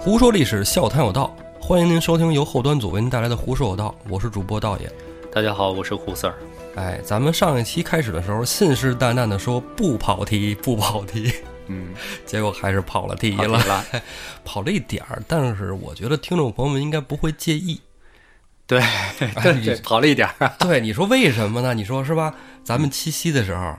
胡说历史，笑谈有道。欢迎您收听由后端组为您带来的《胡说有道》，我是主播道爷。大家好，我是胡四儿。哎，咱们上一期开始的时候信誓旦旦的说不跑题，不跑题，嗯，结果还是跑了题好了， 了，跑了一点儿。但是我觉得听众朋友们应该不会介意。对，对你对，跑了一点儿。 对，你说为什么呢？你说是吧？咱们七夕的时候，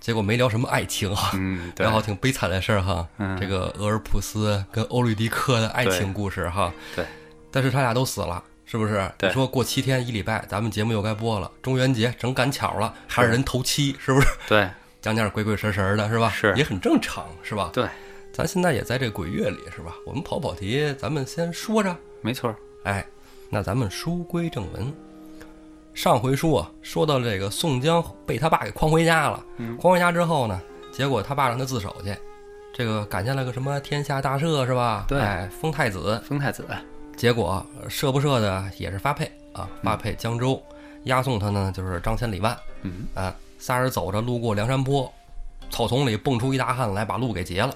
结果没聊什么爱情哈，嗯，对 然，后挺悲惨的事儿哈。嗯这个俄尔普斯跟欧律狄刻的爱情故事哈。对对但是他俩都死了，是不是？对你说过七天一礼拜，咱们节目又该播了，中元节整赶巧了，还是人头七，是不是？对，讲点鬼鬼神神的，是吧？是也很正常，是吧？对，咱现在也在这鬼月里，是吧？我们跑跑题，咱们先说着。没错儿。哎，那咱们书归正文。上回书啊，说到这个宋江被他爸给诓回家了，嗯诓回家之后呢，结果他爸让他自首去，这个赶下了个什么天下大赦是吧？对哎，封太子，封太子，结果呃赦不赦的也是发配啊，发配江州，押送他呢就是张千里万嗯，啊，仨人走着路过梁山坡，草丛里蹦出一大汉来，把路给截了。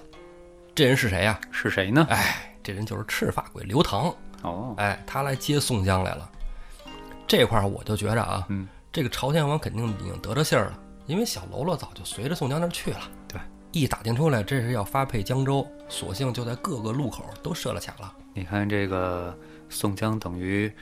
这人是谁呀、是谁呢？哎，这人就是赤发鬼刘唐。哦，哎，他来接宋江来了。这块儿我就觉着啊，嗯这个朝天王肯定已经得着信儿了，因为小喽啰早就随着宋江那儿去了。对，一打听出来这是要发配江州，索性就在各个路口都设了卡了。你看这个宋江等于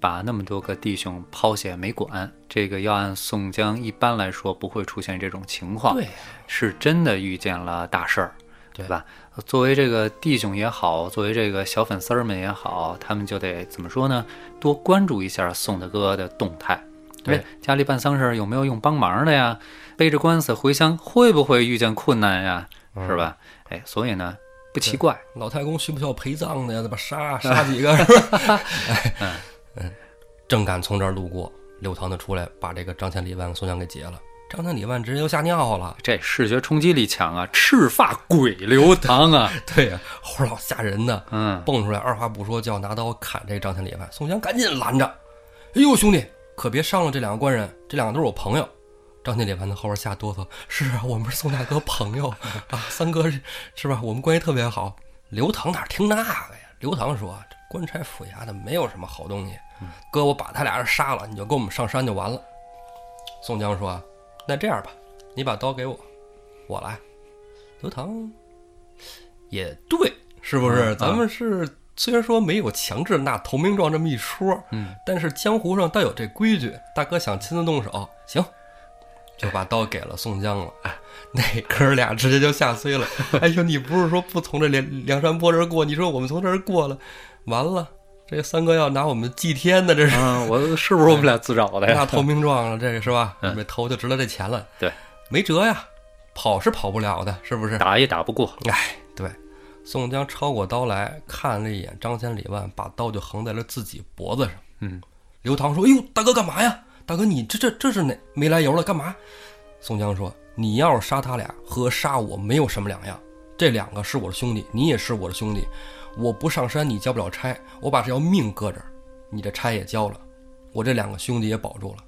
把那么多个弟兄抛下没管，这个要按宋江一般来说不会出现这种情况。对呀，是真的遇见了大事儿，对对吧？作为这个弟兄也好，作为这个小粉丝儿们也好，他们就得怎么说呢？多关注一下宋大哥的动态。对哎，家里办丧事儿有没有用帮忙的呀？背着官司回乡会不会遇见困难呀？是吧？哎，所以呢，不奇怪。老太公需不需要陪葬的呀？他妈杀 杀几个是吧？哎，嗯，正赶从这儿路过，刘唐就出来把这个张千里万、宋江给劫了。张千里万直接就吓尿了。这视觉冲击力强啊！赤发鬼刘唐啊， 对 呀、活儿老吓人呢。嗯，蹦出来，二话不说就要拿刀砍这张千里万。宋江赶紧拦着：“哎呦，兄弟，可别伤了这两个官人，这两个都是我朋友。”张千里万在后边吓哆嗦：“是啊，我们是宋大哥朋友啊，三哥是是吧？我们关系特别好。”刘唐哪听那个呀？刘唐说：“这官差府衙的没有什么好东西，哥，我把他俩人杀了，你就跟我们上山就完了。”宋江说：“那这样吧，你把刀给我，我来。”刘唐也对，是不是？嗯咱们是虽然说没有强制纳投名状这么一说，嗯，但是江湖上倒有这规矩。大哥想亲自动手，行，就把刀给了宋江了。哎那哥儿俩直接就吓碎了。哎呦，你不是说不从这梁梁山泊这儿过？你说我们从这儿过了，完了，这三哥要拿我们祭天呢，这是。嗯，我是不是我们俩自找的那呀？投名状了，这个是吧？嗯这头就值了这钱了。对，没辙呀，跑是跑不了的，是不是？ 打也打不过，哎，对，宋江抄过刀来看了一眼张千里万，把刀就横在了自己脖子上。嗯，刘唐说：“哎呦，大哥干嘛呀？大哥你这这这是哪没来由了？干嘛？”宋江说：“你要是杀他俩和杀我没有什么两样，这两个是我的兄弟，你也是我的兄弟。我不上山，你交不了差，我把这条命搁这儿，你这差也交了，我这两个兄弟也保住了。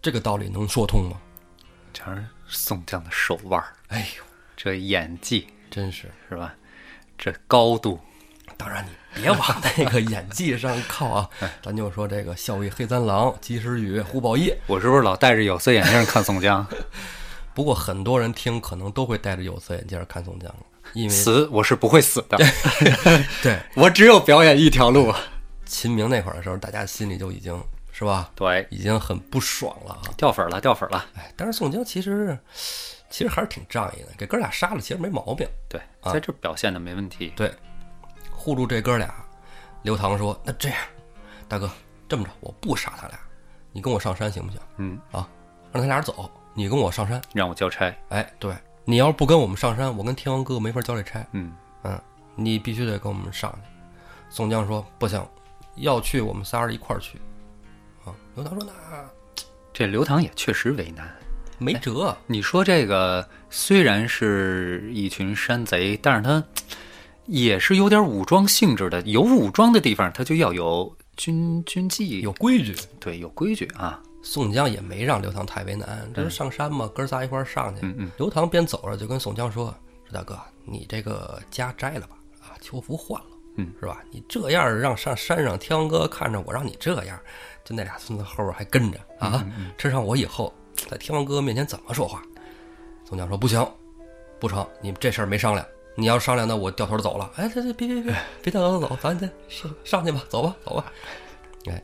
这个道理能说通吗？全是宋江的手腕儿，哎呦，这演技真是。”是吧？这高度，当然，你别往那个演技上靠啊， 哎咱就说这个效益黑三郎、及时雨、胡宝义。我是不是老戴着有色眼镜看宋 江？不过很多人听可能都会戴着有色眼镜看宋江了，因为死我是不会死的， 对我只有表演一条路。秦明那会儿的时候，大家心里就已经是吧，对，已经很不爽了啊。掉粉儿了，掉粉儿了。哎，但是宋江其实其实还是挺仗义的，给哥俩杀了其实没毛病。对，在这表现的没问题。对，护住这哥俩。刘唐说：“那这样，大哥，这么着，我不杀他俩，你跟我上山行不行？嗯，啊，让他俩走，你跟我上山。”让我交差。哎，对，你要是不跟我们上山，我跟天王哥哥没法交这差。嗯，嗯，你必须得跟我们上去。宋江说不行，要去我们仨人一块儿去。啊，刘唐说那这刘唐也确实为难。没辙，你说这个虽然是一群山贼，但是他也是有点武装性质的。有武装的地方，他就要有军军纪，有规矩。对有规矩啊。宋江也没让刘唐太为难，这是上山嘛，哥仨一块儿上去。嗯嗯刘唐边走着就跟宋江说：“说大哥，你这个家摘了吧，啊，囚服换了。嗯，是吧？你这样让上山上天王哥看着我，让你这样，就那俩孙子后边还跟着嗯啊，这让我以后在天王哥面前怎么说话？宋江说不行，不成，你们这事儿没商量。你要商量，那我掉头就走了。哎，这这别别 别，别掉头走，咱咱上上去吧，走吧，走吧。哎，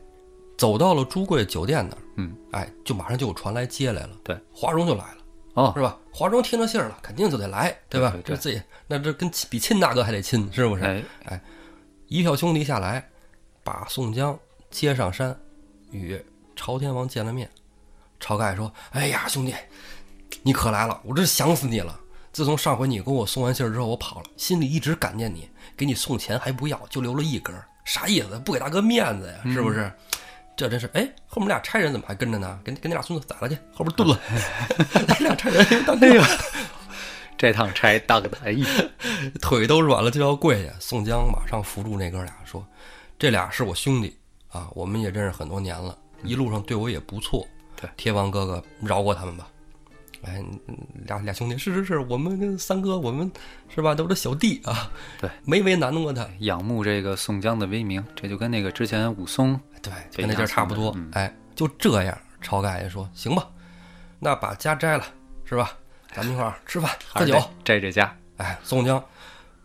走到了朱贵酒店那儿，嗯，哎，就马上就有船来接来了。对，华容就来了。哦是吧？华容听着信儿了，肯定就得来，对吧？对对对这自己那这跟亲比亲大哥还得亲，是不是？哎， 一票兄弟下来，把宋江接上山，与朝天王见了面。晁盖说：“哎呀，兄弟，你可来了，我真想死你了！自从上回你给我送完信儿之后，我跑了，心里一直感念你，给你送钱还不要，就留了一根儿，啥意思？不给大哥面子呀，是不是？” 这真是，哎，后面俩差人怎么还跟着呢？给给那俩孙子宰了去，后边炖了。 那俩差人当哎呀，这趟差当的，哎呀，腿都软了就要跪下。宋江马上扶住那哥俩说：“这俩是我兄弟啊，我们也认识很多年了，一路上对我也不错。对铁王哥哥，饶过他们吧。”哎，嗯俩俩兄弟，是是是，我们跟三哥，我们是吧，都是小弟啊，对，没为难过他，仰慕这个宋江的威名，这就跟那个之前武松对，就跟那劲儿差不多。哎，就这样，晁盖也说：“行吧，那把家摘了，是吧？咱们一块儿吃饭喝酒。”摘这家，哎，宋江，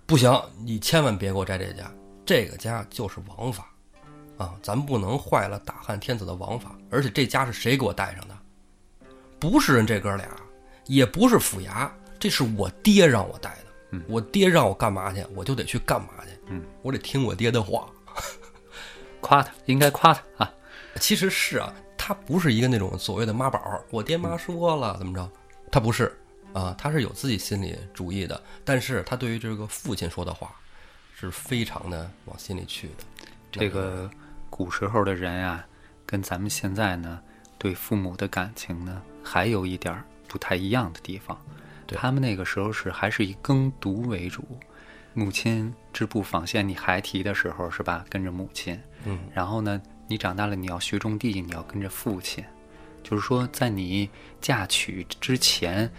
不行，你千万别给我摘这家，这个家就是王法，啊，咱不能坏了大汉天子的王法。而且这家是谁给我带上的？不是人这哥俩，也不是府衙，这是我爹让我带的。我爹让我干嘛去，我就得去干嘛去。嗯，我得听我爹的话。夸他，应该夸他啊，其实是啊，他不是一个那种所谓的妈宝儿，我爹妈说了怎么着，他不是啊，他是有自己心理主义的，但是他对于这个父亲说的话，是非常的往心里去的。这个古时候的人啊，跟咱们现在呢，对父母的感情呢，还有一点儿不太一样的地方。对他们那个时候是还是以耕读为主，母亲织布纺线，你孩提的时候是吧，跟着母亲。嗯。然后呢，你长大了，你要学种地，你要跟着父亲。就是说，在你嫁娶之前，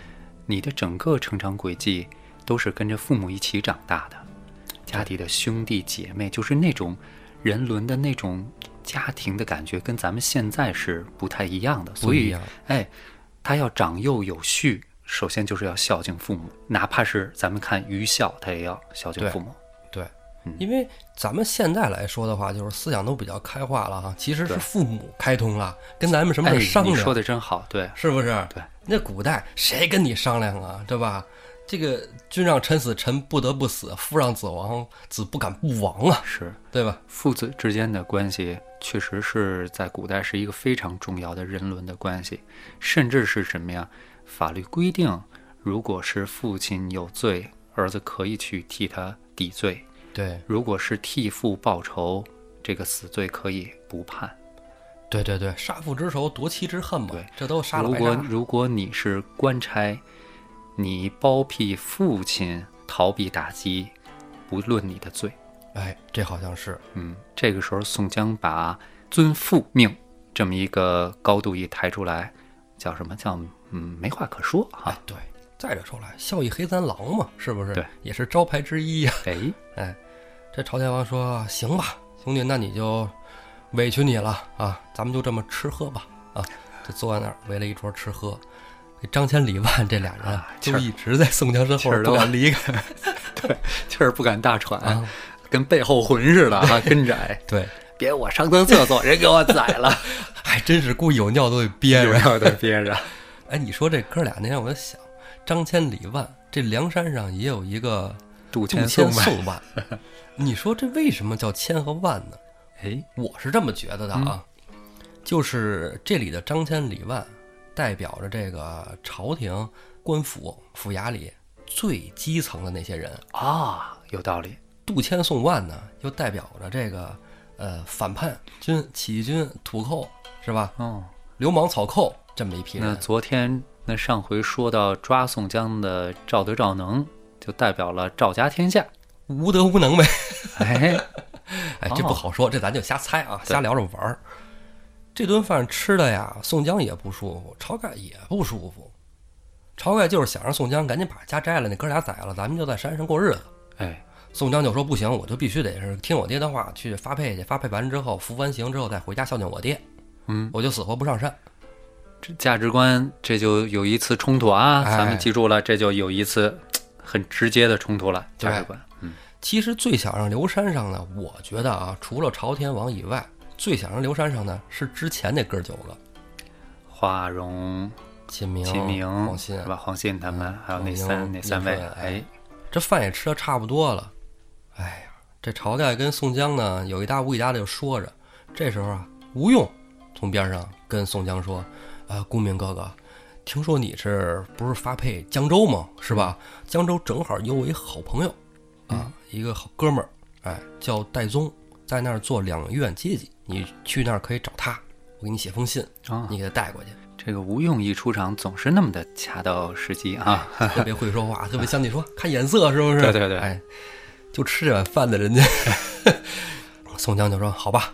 你的整个成长轨迹都是跟着父母一起长大的。家里的兄弟姐妹，就是那种人伦的那种家庭的感觉，跟咱们现在是不太一样的。所不一以样，哎，他要长幼有序，首先就是要孝敬父母，哪怕是咱们看愚孝，他也要孝敬对父母。对，因为咱们现在来说的话，就是思想都比较开化了哈，其实是父母开通了，跟咱们什么哎，事商你量，啊说的真好，对，是不是？对，那古代谁跟你商量啊，对吧？这个君让臣死，臣不得不死；父让子亡，子不敢不亡啊，是对吧？父子之间的关系，确实是在古代是一个非常重要的人伦的关系，甚至是什么呀？法律规定，如果是父亲有罪，儿子可以去替他抵罪；对，如果是替父报仇，这个死罪可以不判。对对对，杀父之仇，夺妻之恨嘛对，这都杀了如白果杀。如果你是官差，你包庇父亲逃避打击，不论你的罪。哎，这好像是嗯，这个时候宋江把尊父命这么一个高度一抬出来，叫什么叫嗯没话可说哎 哈。，对。再者说来，孝义黑三郎嘛，是不是？对，也是招牌之一呀、哎，哎，这朝天王说：“行吧，兄弟，那你就委屈你了啊，咱们就这么吃喝吧啊。”就坐在那儿围了一桌吃喝。这张千里万这俩人啊啊气就儿一直在宋江身气后儿不都敢离开。气儿不敢大喘，啊跟背后魂似的哈，跟着哎，对，别我上趟厕所，人给我宰 了，还真是故意有尿都得憋有着。要的憋 着。哎，你说这哥俩那让我就想，张千里万这梁山上也有一个杜杜迁迁吧，送万。 你说这为什么叫千和万呢？哎，我是这么觉得的啊，就是这里的张千里万，代表着这个朝廷、官府、府衙里最基层的那些人。啊，有道理，杜迁送万呢，又代表着这个呃反叛军、起义军、土寇是吧？哦。流氓草寇这么一批那人。昨天那上回说到抓宋江的赵德赵能，就代表了赵家天下。无德无能呗， 哎，哎，这哦不好说，这咱就瞎猜啊，对瞎聊着玩儿。这顿饭吃的呀，宋江也不舒服，晁盖也不舒服。晁盖就是想让宋江赶紧把家摘了，那哥俩宰了，咱们就在山上过日子。哎，宋江就说不行，我就必须得是听我爹的话去发配去，发配完之后服完刑之后再回家孝敬我爹，嗯，我就死活不上山。这价值观这就有一次冲突啊，哎咱们记住了，这就有一次很直接的冲突了，对价值观，嗯其实最想让刘山上呢，我觉得啊，除了朝天王以外，最想让刘山上呢是之前那哥儿九个，华容、秦明、啊秦明、黄信嗯是，吧？黄信他们，还有那黄英三那三位宁顺，哎，这饭也吃的差不多了。哎呀，这晁盖跟宋江呢，有一搭无一搭的就说着。这时候啊，吴用从边上跟宋江说：“啊，公明哥哥，听说你是不是发配江州吗？是吧？江州正好有我一好朋友，啊，一个好哥们儿，哎，叫戴宗，在那儿做两院阶级，你去那儿可以找他，我给你写封信，啊，你给他带过去。这个吴用一出场总是那么的恰到时机啊，特别会说话，特别像你说看眼色是不是？对对对哎，就吃这碗饭的人家。宋江就说：“好吧，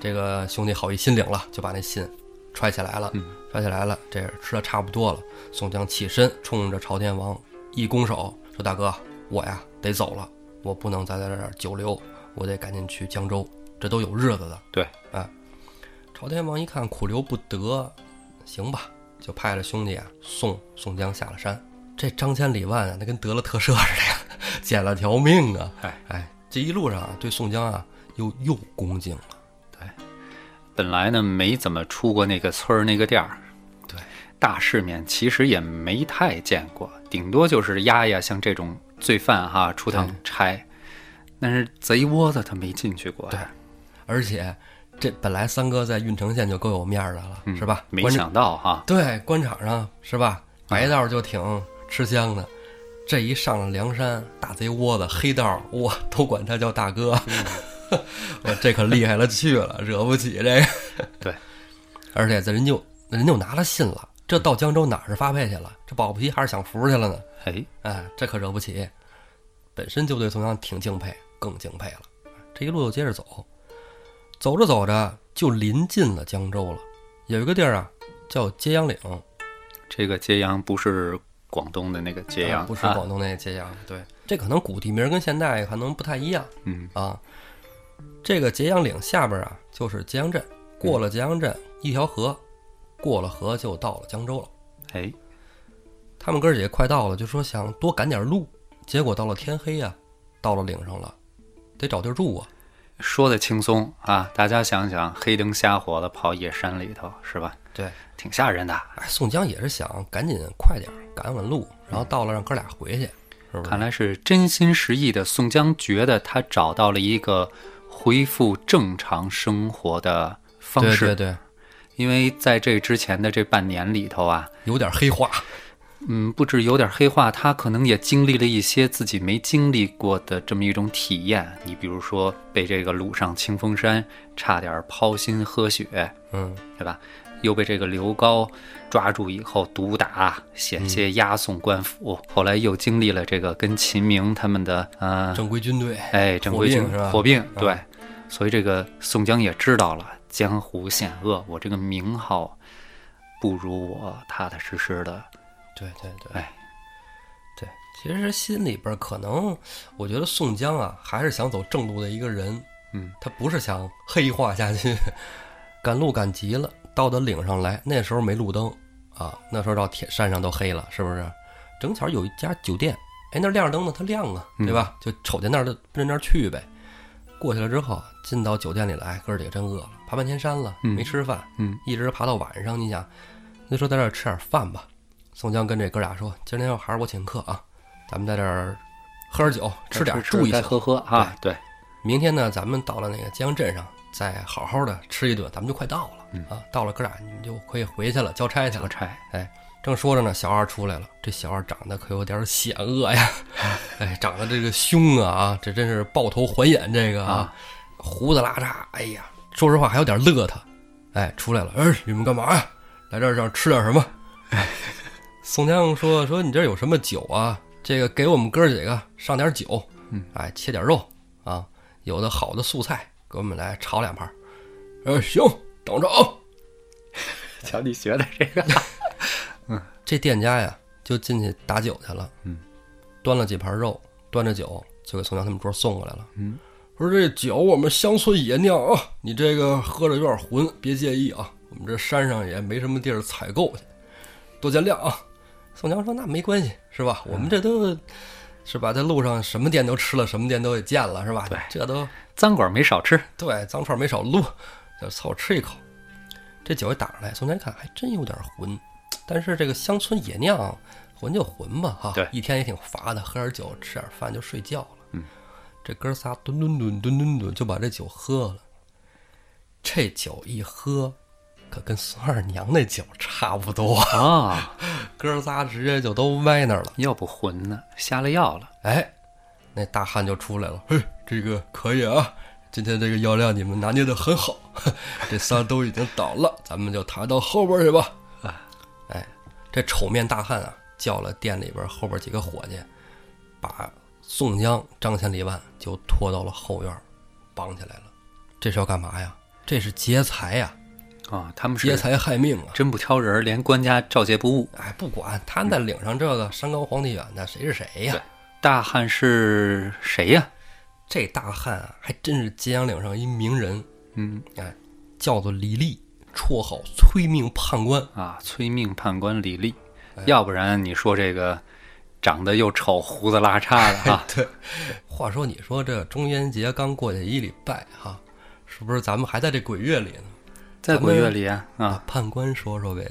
这个兄弟好意心领了，就把那信揣起来了，嗯揣起来了。这吃的差不多了，宋江起身冲着朝天王一拱手，说：‘大哥，我呀得走了，我不能再在这儿久留，我得赶紧去江州，这都有日子的。’对，哎，朝天王一看苦留不得，行吧，就派了兄弟啊送宋江下了山。这张千里万啊，那跟得了特赦似的呀，捡了条命啊！哎哎，这一路上啊，对宋江啊又又恭敬了。本来呢没怎么出过那个村儿那个店儿，对，大世面其实也没太见过，顶多就是丫丫像这种罪犯哈、出趟差，但是贼窝子他没进去过，对而且这本来三哥在郓城县就够有面儿的了，嗯是吧？没官场想到哈，对官场上是吧？白道就挺吃香的，这一上了梁山，大贼窝子黑道，哇，都管他叫大哥。 我这可厉害了去了，惹不起这个。对，而且这人就人就拿了信了，这到江州哪儿是发配去了？这保不齐还是享福去了呢。哎，哎，这可惹不起。本身就对宋江挺敬佩，更敬佩了。这一路又接着走，走着走着就临近了江州了。有一个地儿啊，叫揭阳岭，这个揭阳不是广东的那个揭阳，啊不是啊广东那揭阳。对，这可能古地名跟现代可能不太一样嗯，啊。这个揭阳岭下边啊，就是揭阳镇。过嗯了揭阳镇，一条河，过了河就到了江州了。哎，他们哥儿几个快到了，就说想多赶点路，结果到了天黑呀、到了岭上了，得找地儿住啊。说的轻松啊，大家想想，黑灯瞎火的跑野山里头是吧？对，挺吓人的。啊哎，宋江也是想赶紧快点儿赶稳路，然后到了让哥俩回去，是不是？看来是真心实意的。宋江觉得他找到了一个恢复正常生活的方式，对对对，因为在这之前的这半年里头啊，有点黑化，嗯，不止有点黑化，他可能也经历了一些自己没经历过的这么一种体验。你比如说，被这个鲁上清风山差点抛心喝血，嗯，对吧？又被这个刘高抓住以后毒打，嗯险些押送官府。后来又经历了这个跟秦明他们的呃正规军队，哎，正规军火并是吧火并，对，所以这个宋江也知道了江湖险恶，我这个名号不如我踏踏实实的，对对对，哎，对，其实心里边儿可能，我觉得宋江啊，还是想走正路的一个人，嗯，他不是想黑化下去，赶路赶急了，到的岭上来，那时候没路灯啊，那时候到铁山上都黑了，是不是？正巧有一家酒店，哎，那亮着灯呢，它亮啊，嗯对吧？就瞅见那儿就奔着那儿去呗。过去了之后，啊进到酒店里来，哥儿几个真饿了，爬半天山了，嗯没吃饭，嗯，一直爬到晚上，你想，那说在这儿吃点饭吧。宋江跟这哥俩说：“今天要还是我请客啊，咱们在这儿喝点酒，吃点，住一该宿。喝喝啊，对，明天呢，咱们到了那个江镇上，再好好的吃一顿，咱们就快到了、啊。到了哥俩你就可以回去了，交差去交了。差，正说着呢，小二出来了。这小二长得可有点险恶呀，啊哎，长得这个凶啊啊，这真是抱头还眼，这个啊，胡子拉碴，哎呀，说实话还有点乐他。哎，出来了，哎，你们干嘛呀？来这儿想吃点什么？哎 宋江说说你这儿有什么酒啊？这个给我们哥几个上点酒，嗯，哎，切点肉啊，有的好的素菜，给我们来炒两盘儿。哎，行，等着啊。瞧你学的这个，这店家呀就进去打酒去了，嗯，端了几盘肉，端着酒，就给宋江他们桌送过来了。嗯，说这酒我们乡村野酿啊，你这个喝着有点浑，别介意啊。我们这山上也没什么地儿采购去，多见谅啊。宋江说：“那没关系，是吧？嗯我们这都是吧，在路上什么店都吃了，什么店都也见了，是吧？对这都脏馆没少吃。对，脏串没少撸，就凑吃一口。这酒一打上来，宋江一看还真有点浑，但是这个乡村野酿，浑就浑吧哈。对一天也挺乏的，喝点酒，吃点饭就睡觉了。嗯，这哥仨吨吨吨吨吨吨就把这酒喝了。这酒一喝，可跟孙二娘那酒差不多，啊，哥仨直接就都歪那儿了。要不浑呢，下了药了。哎，那大汉就出来了，嘿，这个可以啊，今天这个药量你们拿捏的很好， 这仨都已经倒了，咱们就抬到后边去吧。哎，这丑面大汉啊，叫了店里边后边几个伙计，把宋江、张千、李万就拖到了后院，绑起来了。这是要干嘛呀？这是劫财呀、啊，他们劫是财害命啊！真不挑人儿，连官家照接不误。哎，不管他们在领上这个山高皇帝远的，谁是谁呀、对大汉是谁呀、这大汉啊，还真是揭阳岭上一名人，嗯哎，叫做李立，绰号催命判官。，啊，催命判官李立。要不然你说这个长得又丑、胡子拉碴的啊对，话说你说这中元节刚过去一礼拜哈、是不是咱们还在这鬼月里呢？在鬼月里啊，把啊判官说说呗，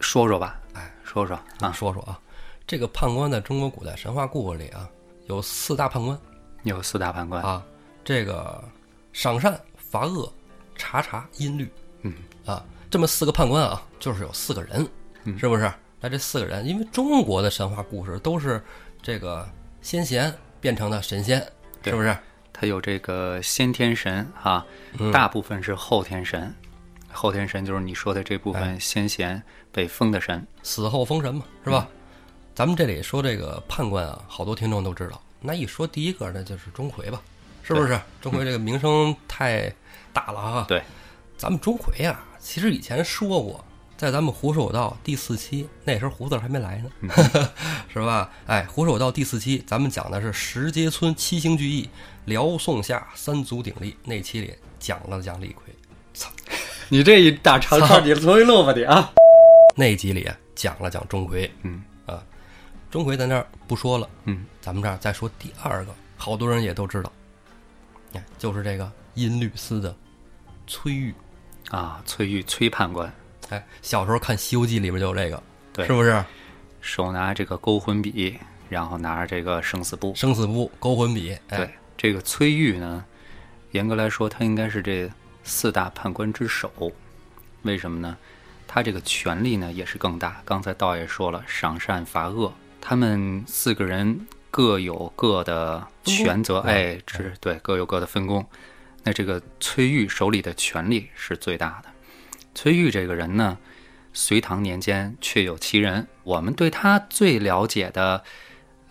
说说吧，哎，说说啊，说说啊，这个判官在中国古代神话故事里啊，有四大判官有四大判官，啊，这个赏善、罚恶、查查、音律，嗯啊，这么四个判官啊，就是有四个人，嗯是不是？那这四个人，因为中国的神话故事都是这个先贤变成的神仙，对是不是？他有这个先天神啊，大部分是后天神，后天神就是你说的这部分先贤被封的神，死后封神嘛，是吧？嗯咱们这里说这个判官啊，好多听众都知道。那一说第一个，那就是钟馗吧，是不是？钟馗这个名声太大了啊。对，咱们钟馗啊，其实以前说过，在咱们《胡说有道》第四期，那时候胡子还没来呢，嗯 是吧？哎，《胡说有道》第四期，咱们讲的是石碣村七星聚义、辽宋夏三足鼎立那期里讲了讲李逵，你这一大长串，你录一录吧你啊，那集里啊讲了讲钟馗，嗯啊，钟馗咱这儿不说了，嗯，咱们这儿再说第二个，好多人也都知道，哎，就是这个音律司的崔玉。啊，崔玉崔判官哎，小时候看《西游记》里边就有这个，对是不是？手拿这个勾魂笔，然后拿着这个生死簿，生死簿、勾魂笔，哎，对，这个崔玉呢，严格来说，他应该是这四大判官之首。为什么呢？他这个权力呢也是更大。刚才道爷说了，赏善罚恶，他们四个人各有各的权责，哎，是对，各有各的分工。那这个崔玉手里的权力是最大的。崔玉这个人呢，隋唐年间确有其人。我们对他最了解的，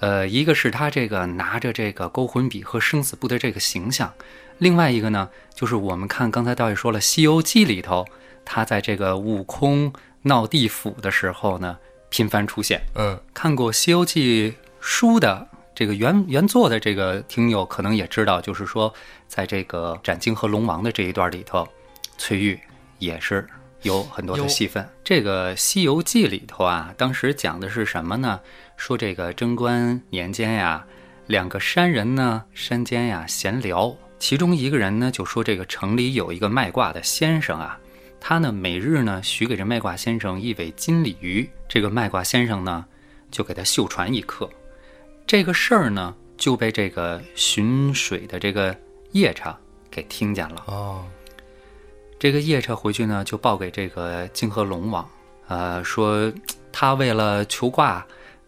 呃，一个是他这个拿着这个勾魂笔和生死簿的这个形象，另外一个呢，就是我们看刚才道爷说了，《西游记》里头，他在这个悟空闹地府的时候呢，频繁出现。嗯，看过《西游记》书的这个原原作的这个听友，可能也知道，就是说，在这个斩鲸和龙王的这一段里头，翠玉也是有很多的有戏份。这个《西游记》里头啊，当时讲的是什么呢？说这个贞观年间呀，两个山人呢，山间呀闲聊，其中一个人呢就说这个城里有一个卖卦的先生啊，他呢每日呢许给这卖卦先生一尾金鲤鱼，这个卖卦先生呢就给他绣船一刻。这个事儿呢就被这个巡水的这个夜叉给听见了。哦，这个夜叉回去呢就报给这个泾河龙王，呃，说嘖他为了求卦，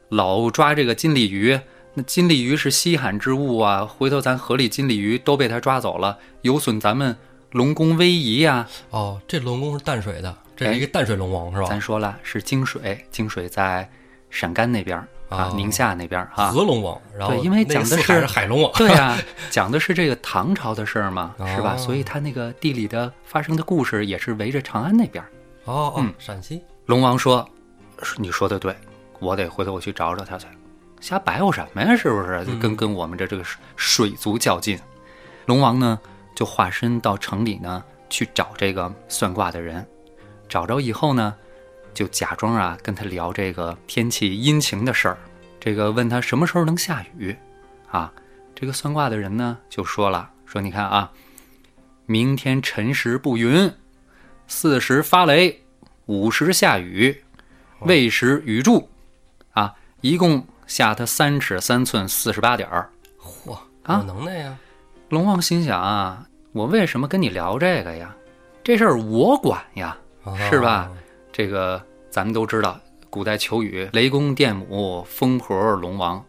老抓这个金鲤鱼。那金鲤鱼是稀罕之物啊，回头咱河里金鲤鱼都被他抓走了，有损咱们龙宫威仪啊呀、哦，这龙宫是淡水的，这哎是一个淡水龙王是吧咱？说了是泾水，泾水在陕甘那边儿啊哦，宁夏那边儿啊。河龙王，然后对因为那讲的四海是是海 龙王，对呀、讲的是这个唐朝的事儿嘛，是吧？哦所以他那个地理的发生的故事也是围着长安那边儿。哦嗯哦，陕西，龙王说：“是你说的对，我得回头我去找找他去。”瞎白活什么呀？是不是？就跟跟我们这这个水水族较劲。龙王呢，就化身到城里呢去找这个算卦的人，找着以后呢，就假装啊跟他聊这个天气阴晴的事儿，这个问他什么时候能下雨，啊，这个算卦的人呢就说了，说你看啊，明天辰时不云，巳时发雷，午时下雨，未时雨柱，啊，一共下他三尺三寸四十八点儿。嚯，啊有能耐呀！龙王心想啊，我为什么跟你聊这个呀？这事儿我管呀。啊是吧？这个咱们都知道，古代求雨，雷公电母、风婆、龙王，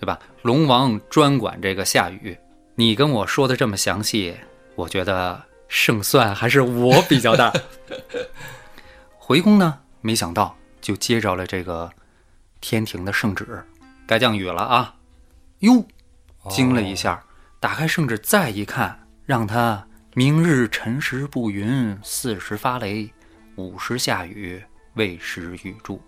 对吧？龙王专管这个下雨。你跟我说的这么详细，我觉得胜算还是我比较大。回宫呢，没想到就接着了这个天庭的圣旨，该降雨了啊！哟，惊了一下，哦打开圣旨再一看，让他明日辰时不云，巳时发雷，午时下雨，未时雨柱。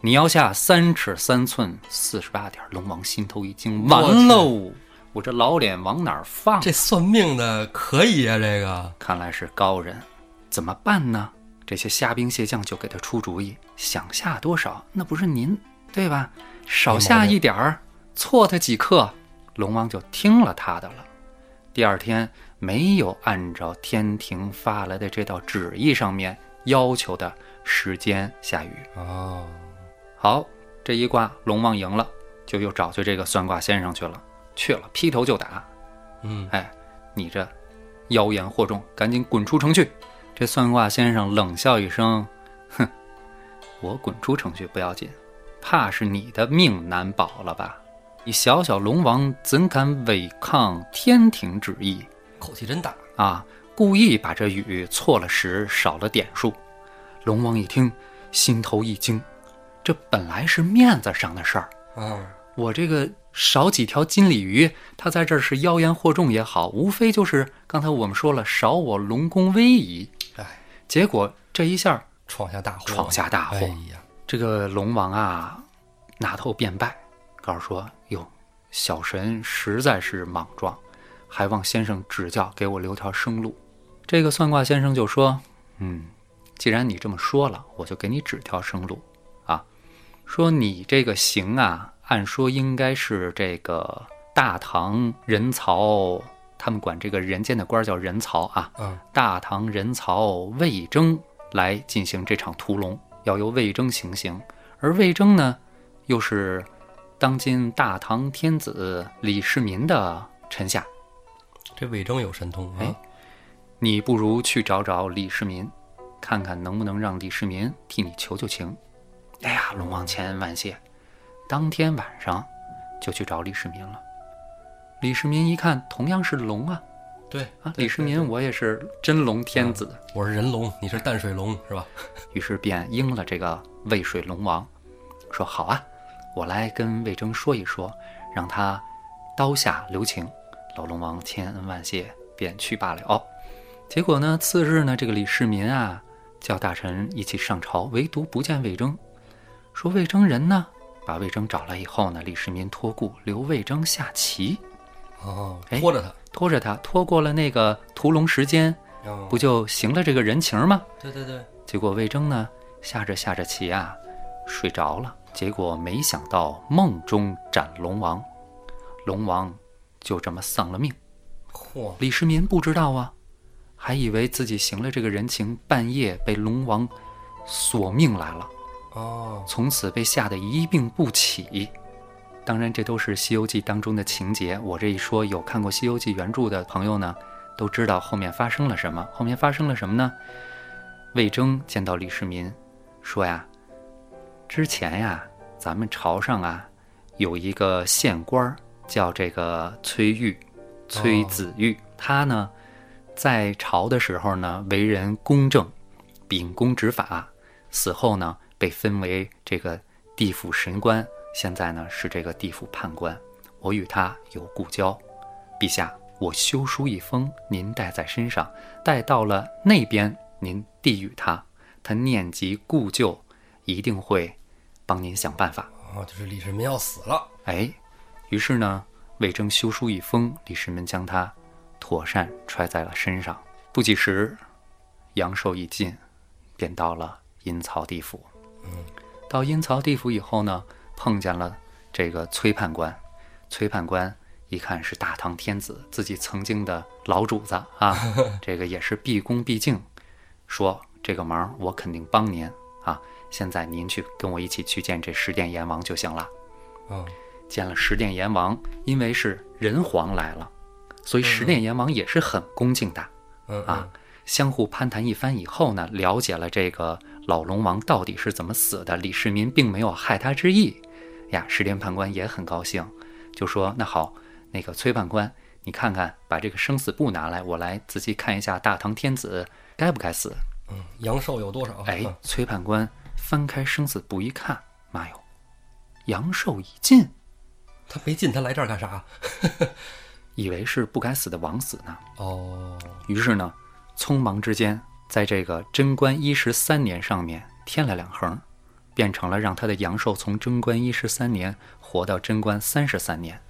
你要下三尺三寸四十八点儿，龙王心头一惊，我去完喽！我这老脸往哪儿放？啊这算命的可以啊，这个看来是高人，怎么办呢？这些虾兵蟹将就给他出主意，想下多少那不是您对吧？少下一点儿，错他几克。龙王就听了他的了。第二天没有按照天庭发来的这道旨意上面要求的时间下雨。哦，好，这一卦龙王赢了，就又找去这个算卦先生去了，去了劈头就打，嗯，哎，你这妖言惑众，赶紧滚出城去！这算卦先生冷笑一声，哼，我滚出城去不要紧，怕是你的命难保了吧？你小小龙王怎敢违抗天庭旨意口气真大，啊？故意把这雨错了时，少了点数。龙王一听，心头一惊，这本来是面子上的事儿，啊，我这个少几条金鲤鱼，他在这儿是妖言惑众也好，无非就是刚才我们说了，少我龙宫威仪。哎，结果这一下，闯下大祸，闯下大祸哎呀，这个龙王啊，拿头便拜，告诉说：“哟，小神实在是莽撞，还望先生指教，给我留条生路。”这个算卦先生就说：“嗯，既然你这么说了，我就给你指条生路啊。说你这个行啊，按说应该是这个大唐人曹，他们管这个人间的官儿叫人曹啊。嗯，大唐人曹魏征来进行这场屠龙，要由魏征行刑。而魏征呢，又是当今大唐天子李世民的臣下。这魏征有神通啊，哎你不如去找找李世民，看看能不能让李世民替你求求情。哎呀，龙王千恩万谢，当天晚上就去找李世民了。李世民一看，同样是龙啊对啊！李世，民，我也是真龙天子，对对我是人龙，你是淡水龙是吧？于是便应了这个渭水龙王，说：“好啊，我来跟魏征说一说，让他刀下留情。”老龙王千恩万谢，便去罢了。结果呢，次日呢，这个李世民啊，叫大臣一起上朝，唯独不见魏征，说魏征人呢？把魏征找来以后呢，李世民托孤，留魏征下棋，哦，哎拖着他，拖着他拖过了那个屠龙时间，哦不，就行了这个人情吗？对对对，结果魏征呢，下着下着棋啊，睡着了。结果没想到梦中斩龙王，龙王就这么丧了命。嚯，李世民不知道啊，还以为自己行了这个人情，半夜被龙王索命来了，哦，从此被吓得一病不起。当然，这都是《西游记》当中的情节。我这一说，有看过《西游记》原著的朋友呢，都知道后面发生了什么。后面发生了什么呢？魏征见到李世民，说呀：“之前呀，咱们朝上啊，有一个县官儿叫这个崔東，崔子東，他呢，在朝的时候呢，为人公正，秉公执法，死后呢，被分为这个地府神官，现在呢是这个地府判官。我与他有故交，陛下，我修书一封，您带在身上，带到了那边，您递与他，他念及故旧，一定会帮您想办法。哦，就是李世民要死了，哎，于是呢，魏征修书一封，李世民将它妥善揣在了身上。不几时，阳寿已尽，便到了阴曹地府。到阴曹地府以后呢，碰见了这个崔判官。崔判官一看是大唐天子，自己曾经的老主子啊，这个也是毕恭毕敬，说这个忙我肯定帮您啊。现在您去跟我一起去见这十殿阎王就行了。啊，见了十殿阎王，因为是人皇来了，所以十殿阎王也是很恭敬的。嗯啊，相互攀谈一番以后呢，了解了这个老龙王到底是怎么死的，李世民并没有害他之意。呀，十殿判官也很高兴，就说：“那好，那个崔判官，你看看，把这个生死簿拿来，我来仔细看一下大唐天子该不该死。”嗯，阳寿有多少？嗯哎，崔判官翻开生死簿一看，妈哟，阳寿已尽，他没进，他来这儿干 啥？以为是不该死的枉死呢。哦，于是呢，匆忙之间，在这个贞观一十三年上面添了两横，变成了让他的阳寿从贞观一十三年活到贞观三十三年，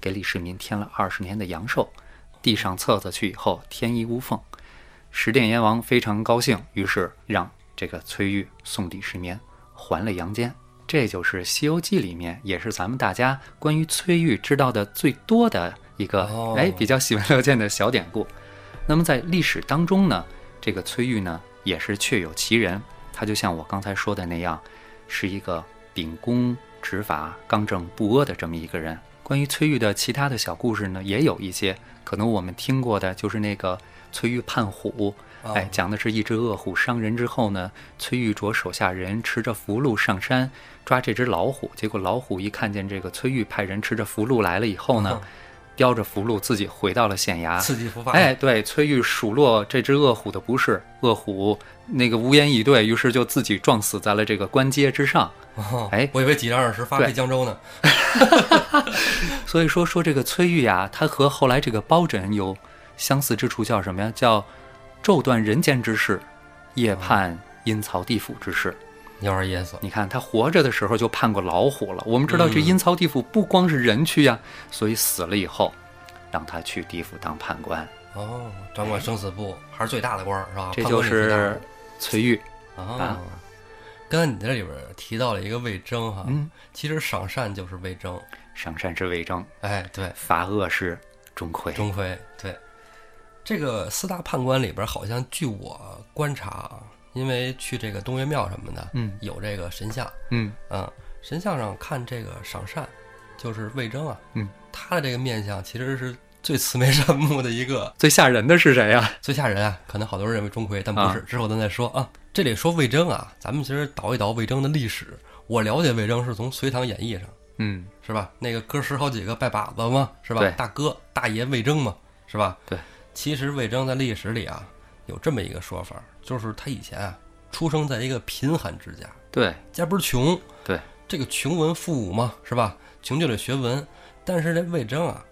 给李世民添了二十年的阳寿。递上册子去以后，天衣无缝。十殿阎王非常高兴，于是让这个崔玉送李世民还了阳间。这就是《西游记》里面，也是咱们大家关于崔玉知道的最多的一个，哦哎，比较喜闻乐见的小典故。那么在历史当中呢，这个崔玉呢也是确有其人，他就像我刚才说的那样，是一个秉公执法、刚正不阿的这么一个人。关于崔玉的其他的小故事呢，也有一些，可能我们听过的就是那个崔玉判虎，哦哎，讲的是一只恶虎伤人之后呢，崔玉着手下人持着符箓上山抓这只老虎，结果老虎一看见这个崔玉派人持着符箓来了以后呢，叼着符箓自己回到了县衙，刺激复发。哎，，对，崔玉数落这只恶虎的不是，恶虎那个无言以对，于是就自己撞死在了这个官阶之上。哦、哎我以为几战二十发配对江州呢。所以说，说这个崔玉呀、他和后来这个包拯有相似之处，叫什么呀？叫昼断人间之事，夜判阴曹地府之事。有点意思。你看他活着的时候就判过老虎了。我们知道嗯这阴曹地府不光是人去呀、所以死了以后，让他去地府当判官，哦，掌管生死簿还是最大的官儿是吧？这判就官最大是崔玉。啊。刚才你在这里边提到了一个魏征哈，嗯，其实赏善就是魏征，上善是为征，哎，对，罚恶是钟馗。钟馗，对，这个四大判官里边，好像据我观察啊，因为去这个东岳庙什么的，嗯有这个神像，嗯嗯，神像上看这个赏善，就是魏征啊，嗯，他的这个面相其实是最慈眉善目的一个，最吓人的是谁呀、最吓人啊！可能好多人认为钟馗，但不啊是，之后咱再说啊。这里说魏征啊，咱们其实倒一倒魏征的历史。我了解魏征是从《隋唐演义》上，嗯，是吧？那个哥十好几个拜把子嘛，是吧对？大哥大爷魏征嘛，是吧？对。其实魏征在历史里啊，有这么一个说法，就是他以前啊，出生在一个贫寒之家，对家不是穷，对，这个穷文富武嘛，是吧？穷就得学文，但是这魏征啊，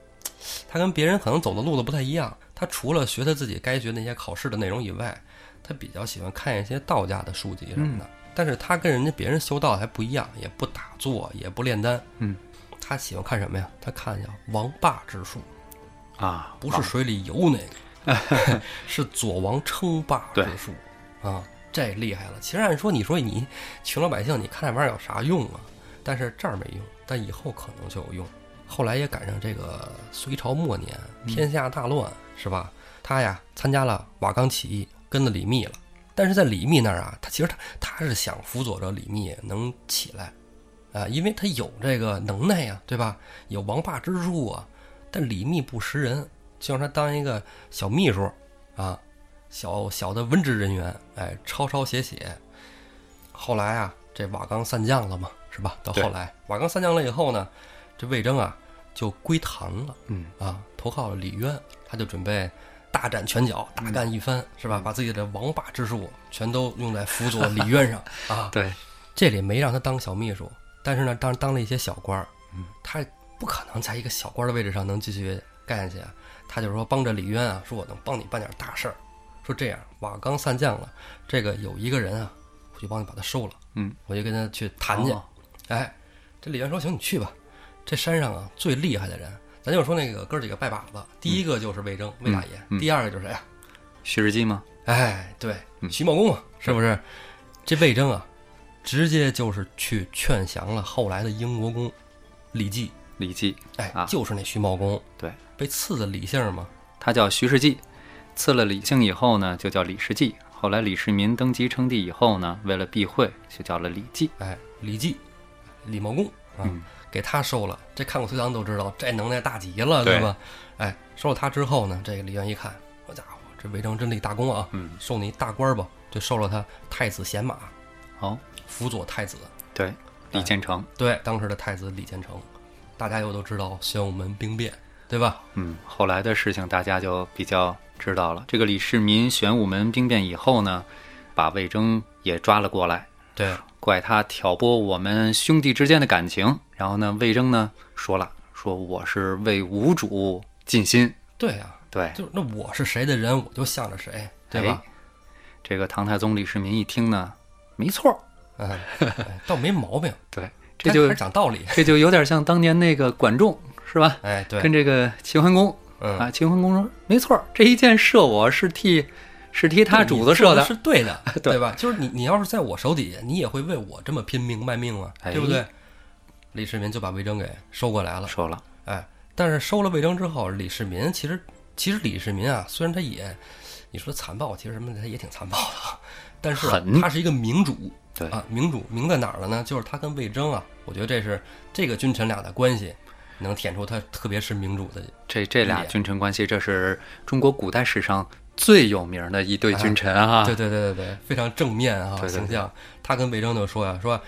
他跟别人可能走的路子不太一样。他除了学他自己该学那些考试的内容以外，他比较喜欢看一些道家的书籍什么的。嗯但是他跟人家别人修道还不一样，也不打坐，也不炼丹。嗯，他喜欢看什么呀？他看呀，王霸之术，啊，不是水里游那个， 是左王称霸之术啊，这厉害了。其实按说你说你穷老百姓，你看这玩意儿有啥用啊？但是这儿没用，但以后可能就有用。后来也赶上这个隋朝末年，天下大乱，是吧？他呀参加了瓦岗起义，跟着李密了。但是在李密那儿啊，他其实他他是想辅佐着李密能起来，啊，因为他有这个能耐呀、对吧？有王霸之术啊。但李密不识人，就让他当一个小秘书，啊，小小的文职人员，哎，抄抄写写。后来啊，这瓦岗散将了嘛，是吧？到对后来瓦岗散将了以后呢，这魏征啊就归唐了。嗯啊，投靠了李渊，他就准备大展拳脚，大干一番，是吧？把自己的王霸之术全都用在辅佐李渊上啊。对，这里没让他当小秘书，但是呢，当当了一些小官儿，嗯他不可能在一个小官的位置上能继续干下去啊。他就说帮着李渊啊，说我能帮你办点大事儿，说这样瓦岗散将了，这个有一个人啊，我就帮你把他收了，嗯，我就跟他去谈去。哦哎，这李渊说行，你去吧。这山上啊最厉害的人，咱就说那个哥几个拜把子，第一个就是魏征、魏大爷，嗯第二个就是谁啊？徐世绩吗？哎，对，嗯徐茂公嘛，是不是？这魏征啊，直接就是去劝降了后来的英国公李绩，李绩，哎，啊就是那徐茂公，对，被赐的李姓嘛，他叫徐世绩，赐了李姓以后呢，就叫李世绩。后来李世民登基称帝以后呢，为了避讳，就叫了李绩。哎，李绩，李茂公啊，嗯给他收了。这看过《隋唐》都知道，这能耐大极了，对吧？哎，收了他之后呢，这个李渊一看，好家伙，这魏征真立大功啊，嗯，授你一大官儿吧，就授了他太子贤马，哦，辅佐太子。对，李建成，对，当时的太子李建成，大家又都知道玄武门兵变，对吧？嗯，后来的事情大家就比较知道了。这个李世民玄武门兵变以后呢，把魏征也抓了过来，对，怪他挑拨我们兄弟之间的感情。然后呢，魏征呢说了，说我是为吴主尽心。对啊，对，哎就是那我是谁的人，我就向着谁，对吧？这个唐太宗李世民一听呢，没错儿，嗯、哎倒没毛病，对， 这还就还是讲道理。这就有点像当年那个管仲是吧？哎，对，跟这个齐桓公嗯，啊，齐桓公说没错儿，这一箭射我是替是替他主子射的的。啊是对 的，对对吧？就是你，你要是在我手底下，你也会为我这么拼命卖命啊，哎对不对？李世民就把魏征给收过来了。说了，哎，但是收了魏征之后，李世民其实其实李世民啊，虽然他也你说残暴，其实什么的他也挺残暴的，但是啊、狠他是一个明主对，啊，明主明在哪儿了呢？就是他跟魏征啊，我觉得这是这个君臣俩的关系，能舔出他特别是明主的这这俩也君臣关系，这是中国古代史上最有名的一对君臣啊。哎对对对对对，非常正面啊对对对形象。他跟魏征就说呀、啊说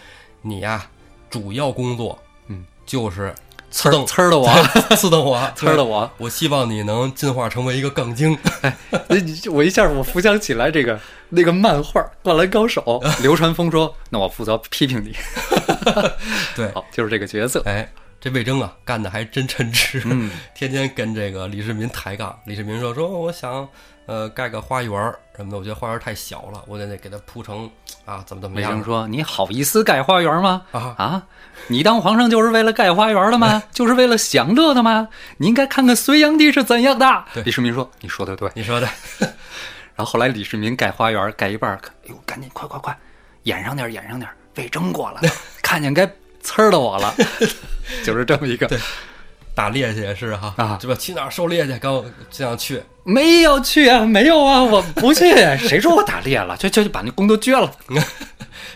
你呀、主要工作，嗯，就是呲瞪儿呲儿的我，刺瞪 我，呲儿的。我，我希望你能进化成为一个杠精。 那你我一下我浮想起来这个那个漫画《灌篮高手》， 流川枫说：“那我负责批评你。 对”，好，就是这个角色。哎，这魏征啊，干的还真称职，嗯， 天天跟这个李世民抬杠。李世民说说我想呃盖个花园儿什么的，我觉得花园儿太小了，我得得给它铺成啊怎么怎么魏样征说：“你好意思盖花园吗？啊。啊，你当皇上就是为了盖花园的 吗？就是为了享乐的吗？你应该看看隋炀帝是怎样的。”对李世民说：“你说的对。”你说的，然后后来李世民盖花园，盖一半儿，哎呦，赶紧快快快，掩上点儿，掩上点儿，魏征过 来了，看见该呲儿的我了，就是这么一个，打猎去也是哈啊对吧？去哪儿狩猎去？刚这样去， 没有去啊，没有啊，我不去， 谁说我打猎了？就就就把那弓都撅了。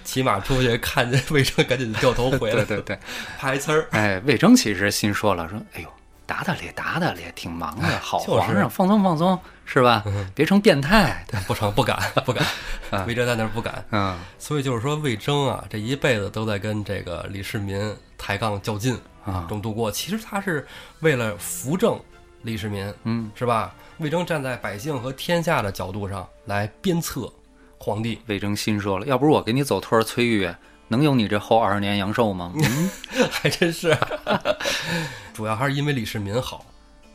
骑马出去，看见魏征，赶紧掉头回来对，对对，拍呲儿。哎，魏征其实心说了，说，哎呦。打打猎，打打猎，挺忙的。好就是皇上，放松放松，是吧？别成变态。不成，不敢，不敢啊，魏征在那儿不敢。嗯所以就是说，魏征啊，这一辈子都在跟这个李世民抬杠较劲啊，中度过。其实他是为了扶正李世民，嗯，是吧？魏征站在百姓和天下的角度上来鞭策皇帝， 魏征心说了，要不是我给你走托儿崔玉，能有你这后二十年阳寿 吗？嗯，还真是。啊 主要还是因为李世民好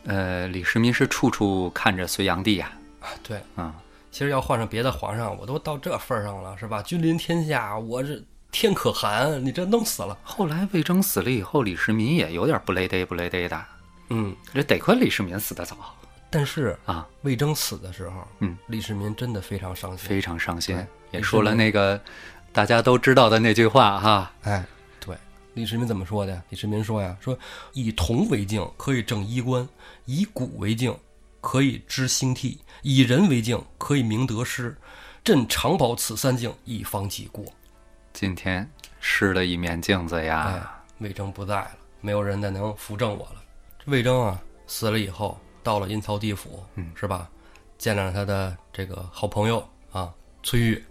呃，李世民是处处看着隋炀帝呀、啊，对。啊，其实要换上别的皇上，我都到这份儿上了，是吧？君临天下，我这天可汗，你这弄死了。后来魏征死了以后，李世民也有点不勒嘚不勒嘚的，嗯，这得亏李世民死得早但是啊，魏征死的时候，嗯，李世民真的非常伤心。非常伤心对，也说了那个大家都知道的那句话哈、哎，对，李世民怎么说的呀？李世民说呀，说以铜为镜，可以正衣冠；以古为镜，可以知兴替；以人为镜，可以明得失。朕常保此三镜，以防己过。今天湿了一面镜子呀，魏征不在了，没有人再能扶正我了。这魏征啊，死了以后，到了阴曹地府，嗯是吧？见了他的这个好朋友啊，崔玉。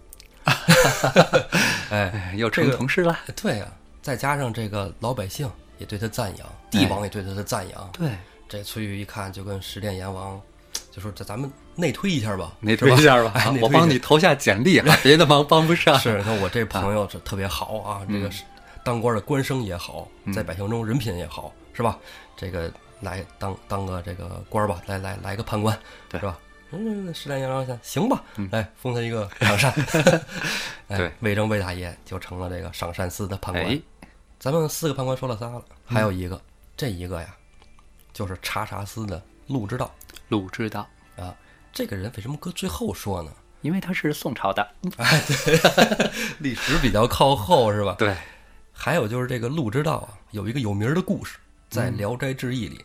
哎，哎又成同事了。对呀、再加上这个老百姓也对他赞扬，帝王也对他的赞扬。对，这崔玉一看就跟十殿阎王，就说这咱们内推一下吧，没推一是吧。下吧，哎内推一我下帮你投下简历 啊，别的忙帮不上。是，那我啊这朋友是特别好啊，这个嗯是当官的官声也好，在百姓中人品也好，是吧？这个来当当个这个官儿吧，来来来个判官，对是吧？嗯，十殿阎王想行吧嗯，来封他一个赏 善。哎对，魏征魏大爷就成了这个赏善司的判官哎。，嗯咱们四个判官说了仨了，还有一个这一个呀，就是查查斯的陆之道鲁智道，啊。这个人为什么搁最后说呢？因为他是宋朝的。历史比较靠后是吧？对，还有就是这个陆之道啊，有一个有名儿的故事，在嗯《聊斋志异》里。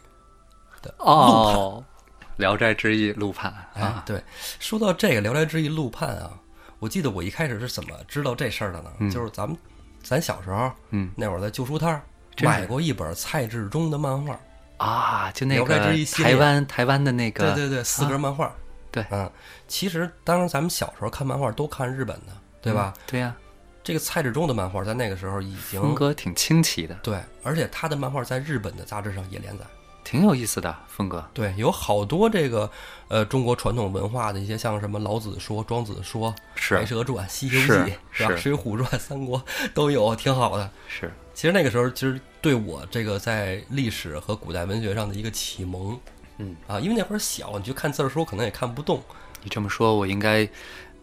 哦，《聊斋志异》陆判哎啊，，对，说到这个《聊斋志异》陆判啊，我记得我一开始是怎么知道这事儿的呢？就是咱们咱小时候，嗯那会儿在旧书摊儿真是买过一本蔡志忠的漫画，啊，就那聊斋个志异系列台湾台湾的那对个，对对，四格漫画。啊对嗯，其实当时咱们小时候看漫画都看日本的，对吧？嗯？对呀，这个蔡志忠的漫画在那个时候已经风格挺清奇的，对，而且他的漫画在日本的杂志上也连载。挺有意思的风格。对，有好多这个呃中国传统文化的一些，像什么老子说、庄子说、白是蛇传、西游记是吧？是水浒传、三国 都有，挺好的。是，其实那个时候，其实对我这个在历史和古代文学上的一个启蒙，嗯啊，因为那会儿小，你就看字儿书可能也看不懂，，你这么说，我应该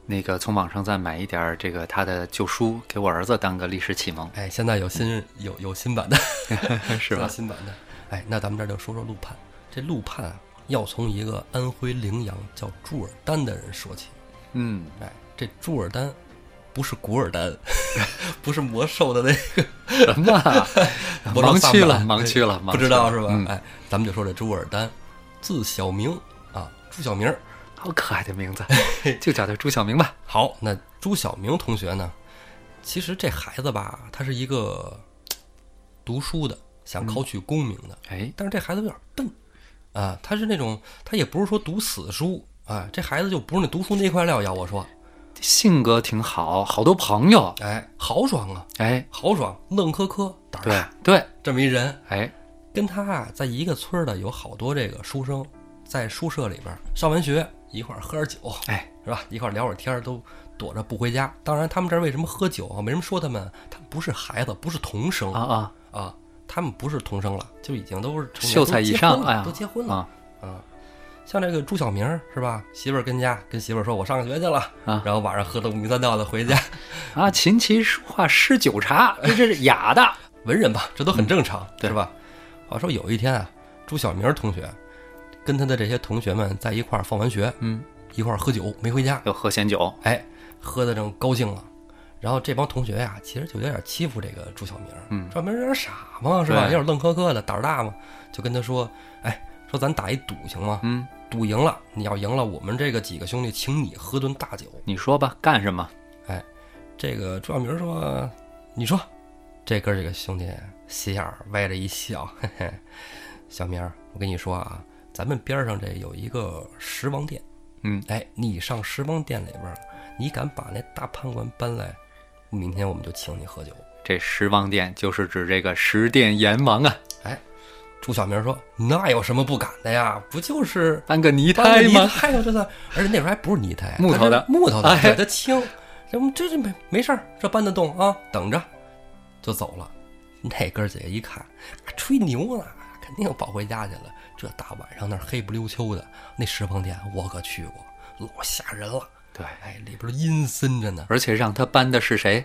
那个从网上再买一点儿这个他的旧书，给我儿子当个历史启蒙 哎，现在有新有有新版的， 是有吧？新版的。哎，那咱们这儿就说说陆判。这陆判啊，要从一个安徽陵阳叫朱尔丹的人说起。 嗯，哎，这朱尔丹不是古尔丹， 不是魔兽的那什么啊？ 魔兽盲萨区满了，哎盲 区了，不知道盲区是了吧？嗯，哎，咱们就说这朱尔丹，字小明啊，朱小明。好可爱的名 字，就叫他朱晓明吧。好，那朱小明同学呢？其实这孩子吧，他是一个嘖读书的，嗯想考取功名的，哎，但是这孩子有点笨啊，他是那种他也不是说读死书啊，这孩子就不是那读书那块料。要我说，性格挺好，好多朋友。哎，豪爽啊，哎，豪爽，愣磕磕，胆儿对大，对，这么一人，哎，跟他啊，在一个村儿的有好多这个书生，在书社里边儿上完学一块儿喝点酒，哎，是吧？一块儿聊会儿天儿，都躲着不回家。当然，他们这儿为什么喝酒啊？没人说他们，他们不是孩子，不是童生啊啊啊他们不是童生了，就已经都是成年秀才以上都结婚哎呀了，都结婚了啊啊。像这个朱小明儿是吧？媳妇儿跟家跟媳妇儿说：“我上学去了。”啊然后晚上喝得五迷三道的回家，啊！琴棋书画诗酒茶，这这是雅的。文人吧，这都很正常，嗯对是吧？好说有一天啊，朱小明同学跟他的这些同学们在一块儿放完学，嗯，一块儿喝酒，没回家，又喝闲酒，哎，喝的正高兴了。然后这帮同学呀、其实就有点欺负这个朱小明，嗯朱小明有点傻嘛，是吧？有对点愣磕磕的，胆儿大嘛，就跟他说，哎，说咱打一赌行吗？嗯，赌赢了，你要赢了，我们这个几个兄弟请你喝顿大酒。你说吧，干什么？这个朱小明说：“你说，这哥儿几个兄弟斜眼儿歪着一笑，嘿嘿，小明儿，我跟你说啊，咱们边儿上这有一个十王殿，嗯，哎，你上十王殿里边儿，你敢把那大判官搬来，明天我们就请你喝酒。这十王殿就是指这个十殿阎王啊，”哎朱小明说：“那有什么不敢的呀？不就是搬个泥搬个胎泥吗？胎吗？这算，而且那时候还不是泥胎，木头的它是木头的，哎对，它轻。这这这没没事儿，这搬得动啊，等着，就走了。那哥儿几个一看，啊吹牛呢，肯定跑回家去了。这大晚上那儿黑不溜秋的，那石棚店我可去过，老吓人了。对，哎，里边阴森着呢，而且让他搬的是谁？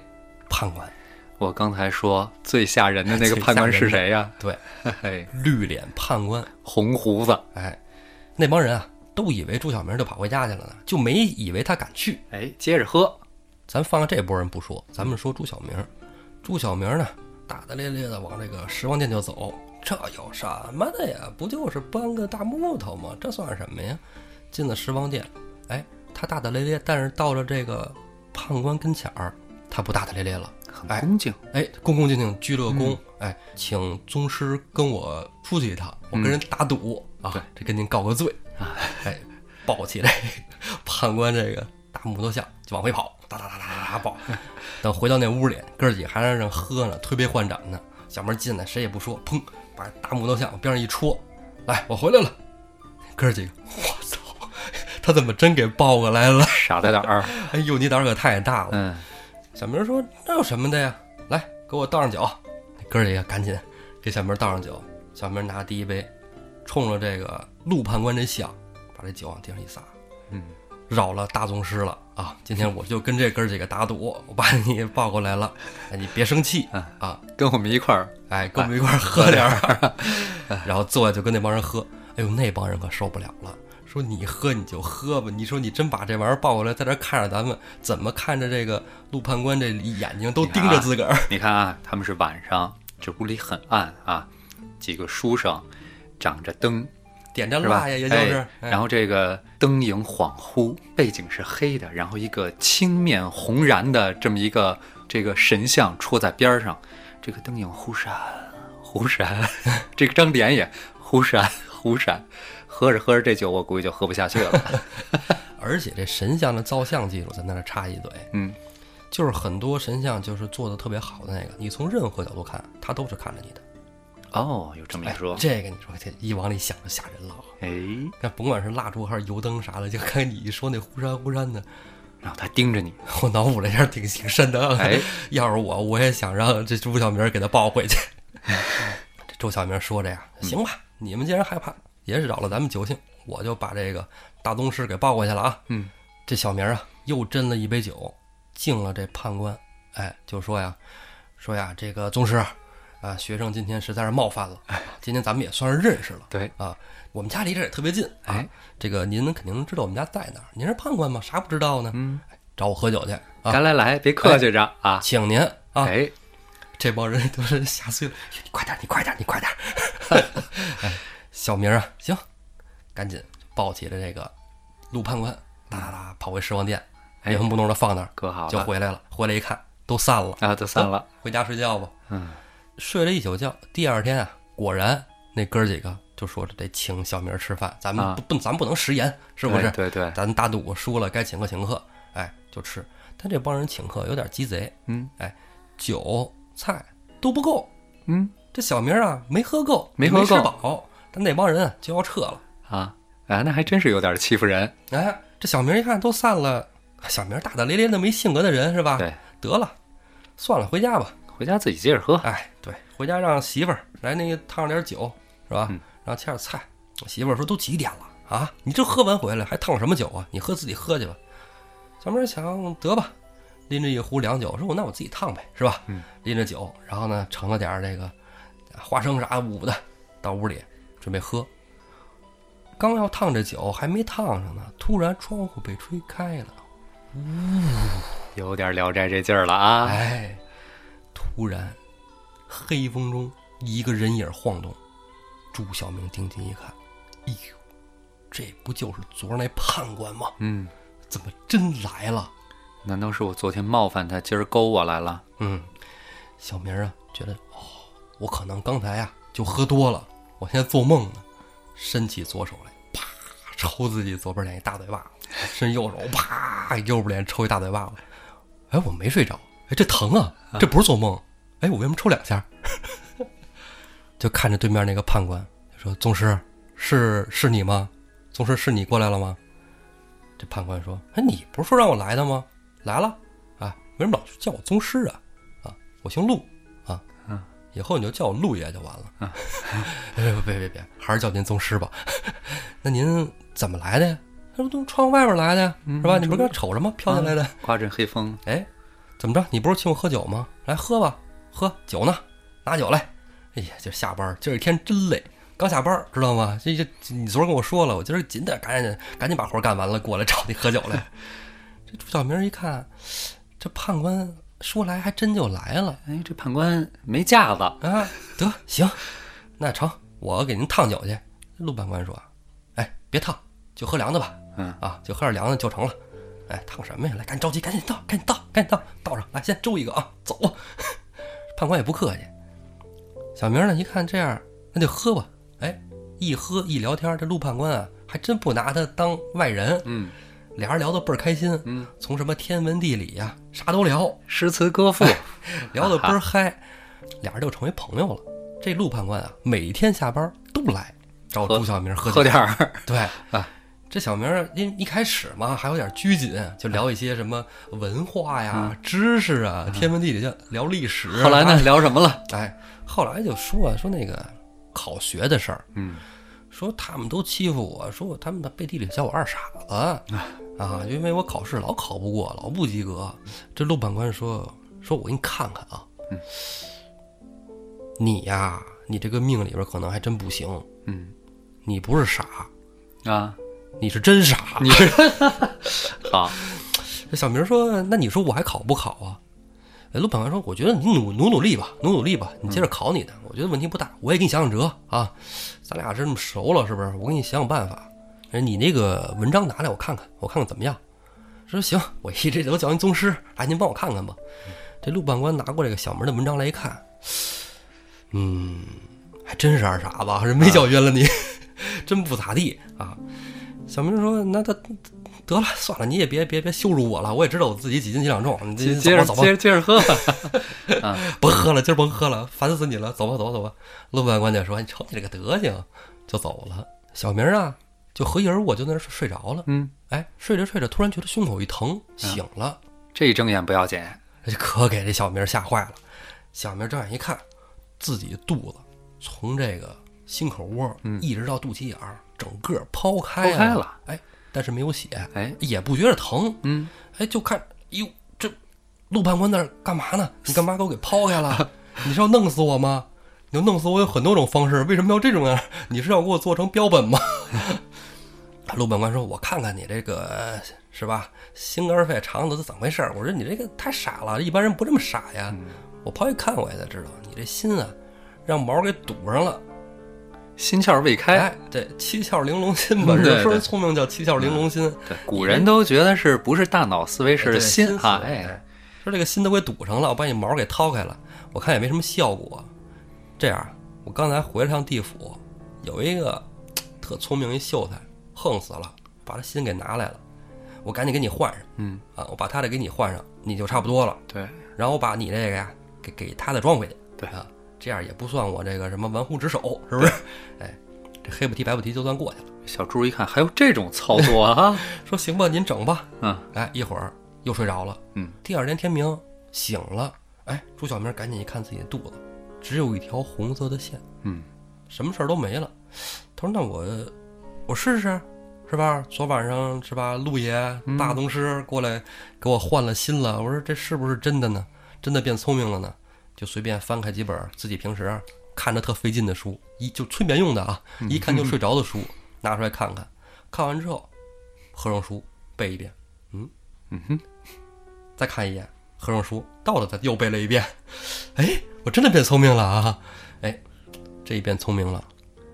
判官我刚才说 最吓人的那个判官是谁呀、对嘿嘿，绿脸判官，红胡子。哎，那帮人啊都以为朱小明就跑回家去了呢，就没以为他敢去。哎，接着喝，咱放下这波人不说，咱们说朱小明。朱小明呢，大大咧咧的往这个十王殿就走，这有什么的呀？不就是搬个大木头吗？这算什么呀？进了十王殿，哎，他大大咧咧，但是到了这个判官跟前儿，他不大大咧咧了，很哎恭敬。哎，恭恭敬敬鞠了个躬，哎，请宗师跟我出去一趟，我跟人打赌、对啊，这跟您告个罪啊，哎，抱起来， 判官这个大木头像就往回跑，哒哒哒哒哒哒跑，等回到那屋里，哥几个还在那喝呢，推杯换盏呢。小明进来，谁也不说，砰，把大木头像往边上一戳，来，我回来了。哥几个，我操，他怎么真给抱过来了？傻大胆 儿，哎呦，你胆儿可太大了。嗯，小明说：“那有什么的呀？来，给我倒上酒。”哎哥儿几个赶紧给小明倒上酒。小明拿第一杯，冲着这个陆判官这像，把这酒往地上一撒。嗯，扰了大宗师了啊！今天我就跟这哥儿几个打赌，我把你抱过来了，哎你别生气嗯啊！跟我们一块儿，哎，跟我们一块儿喝点 儿， 然后坐下就跟那帮人喝。哎呦，那帮人可受不了了，说你喝你就喝吧，你说你真把这玩意儿抱过来，在这儿看着咱们，怎么看着这个陆判官这眼睛都盯着自个儿？ 你看啊，他们是晚上，这屋里很暗啊，几个书生长着灯，点着是吧？蜡呀，也就是哎，哎然后这个灯影恍惚，背景是黑的，然后一个青面红髯的这么一个这个神像戳在边儿上，这个灯影忽闪忽闪， 这个张脸也忽闪忽闪，喝着喝着这酒我估计就喝不下去了。 而且这神像的造像技术，咱在那儿插一嘴，嗯，就是很多神像就是做的特别好的那个，你从任何角度看，他都是看着你的。哦，有这么一哎说，这个你说这一往里想就吓人了。哎，那甭管是蜡烛还是油灯啥的，就看你一说那忽闪忽闪的，然后他盯 着你，我脑补了一下，挺挺瘆得。哎， 要是我，我也想让这周小明给他抱回去。这周小明说着呀，行吧，你们既然害怕，也是扰了咱们酒性，我就把这个大宗师给抱过去了啊。嗯，这小明啊，又斟了一杯酒，敬了这判官。哎，就说呀，说呀，这个宗师啊，啊，学生今天实在是冒犯了，今天咱们也算是认识了。对，啊，我们家离这儿也特别近啊。哎这个您肯定能知道我们家在哪儿，您是判官吗？啥不知道呢？哎嗯，找我喝酒去啊，来来来，别客气着啊，请您啊。哎，这帮人都是吓碎了，你快点，你快点，你快 点！哎，小明啊，行，赶紧抱起了这个陆判官，哒哒哒跑回十王殿，哎原封不动的放那儿，可好就了，回来了。回来一看，都散了，啊，都散了，回家睡觉吧。嗯，睡了一宿觉，第二天啊，果然那哥儿几个就说这得请小明吃饭，咱们啊哎不不，咱不能食言，是不对是？对对，咱打赌输了该请客请客，哎，就吃。但这帮人请客有点鸡贼，嗯酒菜都不够，嗯这小明啊没喝够，没也喝没够吃饱，但那帮人啊就要撤了。啊，啊，那还真是有点欺负人，哎，这小明一看都散了，小明大大咧咧的没性格的人是吧？对，得了，算了，回家吧。回家自己接着喝，哎，对，回家让媳妇儿来那个烫点酒是吧？嗯然后切点菜。媳妇儿说都几点了啊？你这喝完回来还烫什么酒啊？你喝自己喝去吧。小明想得吧，拎着一壶凉酒，说我那我自己烫呗，是吧？嗯拎着酒，然后呢盛了点儿这个花生啥捂的，到屋里准备喝。刚要烫这酒，还没烫上呢，突然窗户被吹开了。有点《聊斋》这劲儿了啊！哎，突然，黑风中一个人影晃动，朱小明定睛一看，哎呦，这不就是昨儿那判官吗？嗯，怎么真来了？难道是我昨天冒犯他，今儿勾我来了？嗯，小明啊，觉得哦，我可能刚才啊就喝多了，我现在做梦呢。伸起左手来，啪抽自己左边脸一大嘴巴，伸右手啪右边脸抽一大嘴巴子。哎，我没睡着，哎，这疼啊，这不是做梦。哎，我为什么抽两下？ 就看着对面那个判官，就说：“宗师，是是你吗？宗师，是你过来了吗？”这判官说：“哎，你不是说让我来的吗？来了。”啊，为什么老叫我宗师啊？啊，我姓陆啊，嗯以后你就叫我陆爷就完了。 嗯别别别别别，还是叫您宗师吧。 那您怎么来的呀？那不都窗外边来的呀，嗯啊是吧？你不是刚瞅着吗？飘进来的。刮阵黑风，哎，怎么着？你不是请我喝酒吗？来喝吧，喝酒呢，拿酒来。哎呀，今儿下班儿，今儿一天真累，刚下班儿，知道吗？这这，你昨儿跟我说了，我今儿紧点，赶紧赶紧把活儿干完了，过来找你喝酒来。 这朱小明一看，这判官说来还真就来了哎，这判官没架子，啊！得行，那成，我给您烫酒去。陆判官说：“哎，别烫，就喝凉的吧。”嗯啊，就喝点凉的就成了。哎，烫什么呀？来，赶紧着急，赶紧倒，赶紧倒，赶紧倒，倒上来，先周一个啊， 走。判官也不客气，小明呢一看这样，那就喝吧。哎，一喝一聊天，这陆判官啊，还真不拿他当外人，嗯，俩人聊得倍儿开心，嗯，从什么天文地理呀、啥都聊，诗词歌赋，哎聊得倍儿嗨，俩人就成为朋友了。这陆判官啊，每天下班都来找喝朱小明喝酒喝点儿，对啊，这小明儿因一开始嘛还有点拘谨，就聊一些什么文化呀、知识啊、天文地理，就聊历史啊。 嗯后来呢，聊什么了？哎，后来就说啊说那个考学的事儿，嗯，说他们都欺负我，说我他们的背地里叫我二傻子，啊，因为我考试老考不过，老不及格。这陆判官说：“说我给你看看啊，嗯你呀、你这个命里边可能还真不行，嗯你不是傻，啊，你是真傻。你是好，这小明说：“那你说我还考不考啊？”哎，陆本官说：“我觉得你努努努力吧，努努力吧，你嗯接着考你的，我觉得问题不大。我也给你想想辙啊，咱俩这么熟了，是不是？我给你想想办法。哎，你那个文章拿来我看看，我看看怎么样。”说：“行，我一直都叫您宗师，哎，您帮我看看吧。”嗯这陆判官拿过这个小明的文章来一看，嗯，还真是二傻子，人啊没教晕了你， 真不咋地啊。小明说：“那他得了，算了，你也别别别羞辱我了，我也知道我自己几斤几两重，你接这走吧接着走吧接，着接着喝吧。甭喝了，今儿甭喝了，烦死你了，走吧走吧走吧。陆判官就说：“你瞅你这个德行，就走了。”小明啊，就合眼儿我就在那儿睡着了。嗯，哎，睡着睡着，突然觉得胸口一疼，醒了，这一睁眼不要紧，这可给这小明吓坏了。小明睁眼一看，自己肚子从这个心口窝一直到肚脐眼儿，整个剖开嗯剖开了。哎，但是没有血，哎，也不觉得疼。嗯，哎，就看，哟，这陆判官那儿干嘛呢？你干嘛给我给抛开了？ 你是要弄死我吗？你要弄死我有很多种方式，为什么要这种样？ 你是要给我做成标本吗？ 陆判官说：“我看看你这个是吧，心肝肺肠子是怎么回事儿？我说你这个太傻了，一般人不这么傻呀。嗯我抛一看我也才知道，你这心啊，让毛给堵上了。心窍未开，哎，这七窍玲珑心吧，嗯对人说对嗯人聪明叫七窍玲�珑心。对，古人都觉得是不是大脑思维哎对是心心思啊？哎哎，说这个心都给堵上了，我把你毛给掏开了，我看也没什么效果。这样，我刚才回了趟地府，有一个特聪明一秀才，横死了，把他心给拿来了，我赶紧给你换上嗯，啊，我把他的给你换上，你就差不多了。对，然后我把你这个呀给给他的装回去，对啊，这样也不算我这个什么玩忽职守，是不是？哎，这黑不提白不提就算过去了。小猪一看还有这种操作啊， 说行吧，您整吧。嗯哎，一会儿又睡着了。嗯，第二天天明醒了，哎，朱小明赶紧一看自己的肚子，只有一条红色的线，嗯，什么事儿都没了。他说：“那我我试试，是吧？昨晚上是吧？陆爷、嗯大宗师过来给我换了心了。我说这是不是真的呢？真的变聪明了呢？就随便翻开几本自己平时看着特费劲的书，一就催眠用的啊，嗯一看就睡着的书，拿出来看看。看完之后，合上书背一遍，嗯哼，再看一眼，合上书，到了，再又背了一遍。 哎，我真的变聪明了啊！哎，这一变聪明了，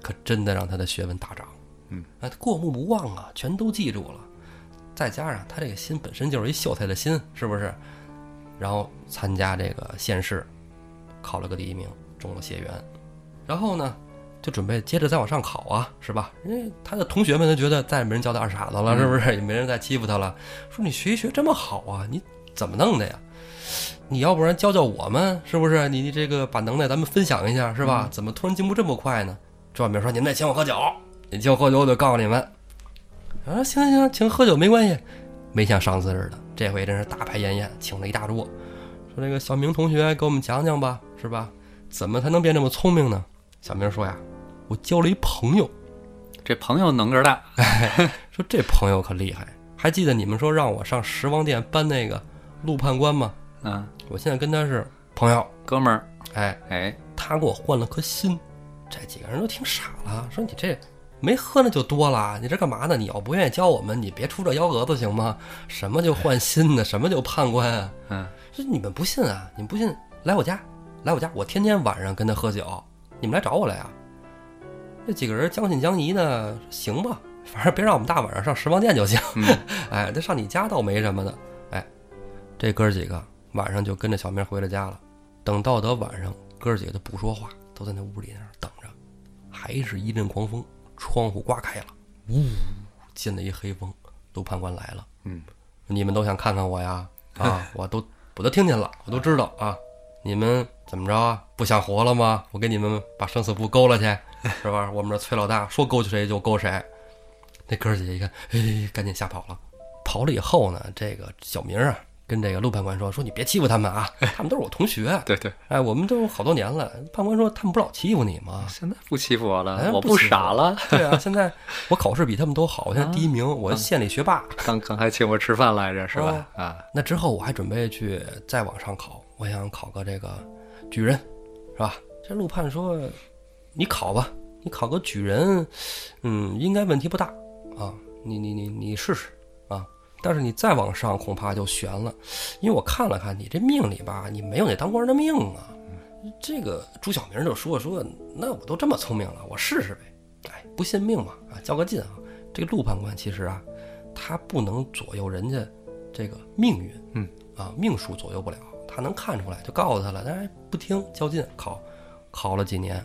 可真的让他的学问大涨。嗯，啊，过目不忘啊，全都记住了。再加上他这个心本身就是一秀才的心，是不是？然后参加这个县试，考了个第一名，中了解元。然后呢，就准备接着再往上考啊，是吧？人家他的同学们都觉得再也没人叫他二傻子了，是不是？也没人再欺负他了。说你学习学这么好啊，你怎么弄的呀？你要不然教教我们，是不是？你你这个把能耐咱们分享一下，是吧？怎么突然进步这么快呢？周小明说：“你们得请我喝酒，你请我喝酒，我就告诉你们。”啊，行行行，请喝酒没关系，没像上次似的，这回真是大排宴宴，请了一大桌。说这个小明同学给我们讲讲吧，是吧？怎么才能变这么聪明呢？小明说呀，我交了一朋友，这朋友能个儿大，说这朋友可厉害，还记得你们说让我上十王殿搬那个陆判官吗？嗯，我现在跟他是朋友，哥们儿，哎，哎，他给我换了颗心。这几个人都挺傻了，说你这没喝那就多了，你这干嘛呢？你要不愿意教我们，你别出这幺蛾子行吗？什么就换心呢？什么就判官啊？嗯，说你们不信啊？你们不信，来我家，来我家，我天天晚上跟他喝酒，你们来找我来啊！这几个人将信将疑的，行吧， 反正别让我们大晚上上十王殿就行。 哎，那上你家倒没什么的。哎，这哥儿几个晚上就跟着小明回了家了。等到得晚上，哥儿几个都不说话，都在那屋里那儿等着，还是一阵狂风，窗户刮开了，呜，进了一黑风。陆判官来了，嗯，你们都想看看我呀？啊，我都我都听见了，我都知道啊。你们怎么着啊？不想活了吗？我给你们把生死簿勾了去，是吧？我们这崔老大说勾谁就勾谁。那哥儿几个一看，哎，赶紧吓跑了。跑了以后呢，这个小明啊，跟这个陆判官说：“说你别欺负他们啊，他们都是我同学，对对，哎，我们都好多年了。”判官说：“他们不老欺负你吗 现在不欺负我了，哎我不不欺负傻我了。？”对啊，现在我考试比他们都好，我现在第一名，我县里学霸。刚刚还请我吃饭来着，是吧？啊，那之后我还准备去再往上考，我想考个这个举人，是吧？这陆判说：“你考吧，你考个举人，嗯，应该问题不大啊。你你你你试试啊。但是你再往上恐怕就悬了，因为我看了看你这命里吧，你没有那当官的命啊。这个朱小明就说说，那我都这么聪明了，我试试呗。哎，不信命嘛，啊，较个劲啊。这个陆判官其实啊，他不能左右人家这个命运，嗯，啊，命数左右不了，他能看出来，就告诉他了，但是不听，较劲考，考了几年，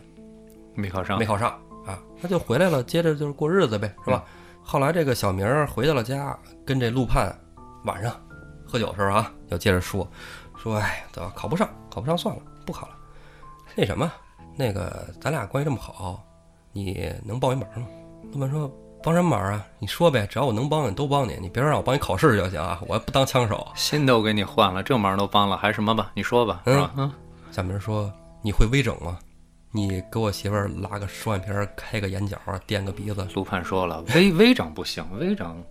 没考上没，考上啊，那就回来了，接着就是过日子呗，是吧？后来这个小明儿回到了家，跟这陆盼晚上喝酒的时候啊，又接着说说，哎，怎么考不上？考不上算了，不考了。那什么，那个咱俩关系这么好，你能帮一忙吗？陆盼说帮什么忙啊？你说呗，只要我能帮你都帮你，你别让我帮你考试就行啊，我不当枪手。心都给你换了，这忙都帮了，还什么吧？你说吧，是吧？嗯，小明说：“你会微整吗？你给我媳妇儿拉个双眼皮儿，开个眼角儿，垫个鼻子，陆判说了，微微整不行，微整，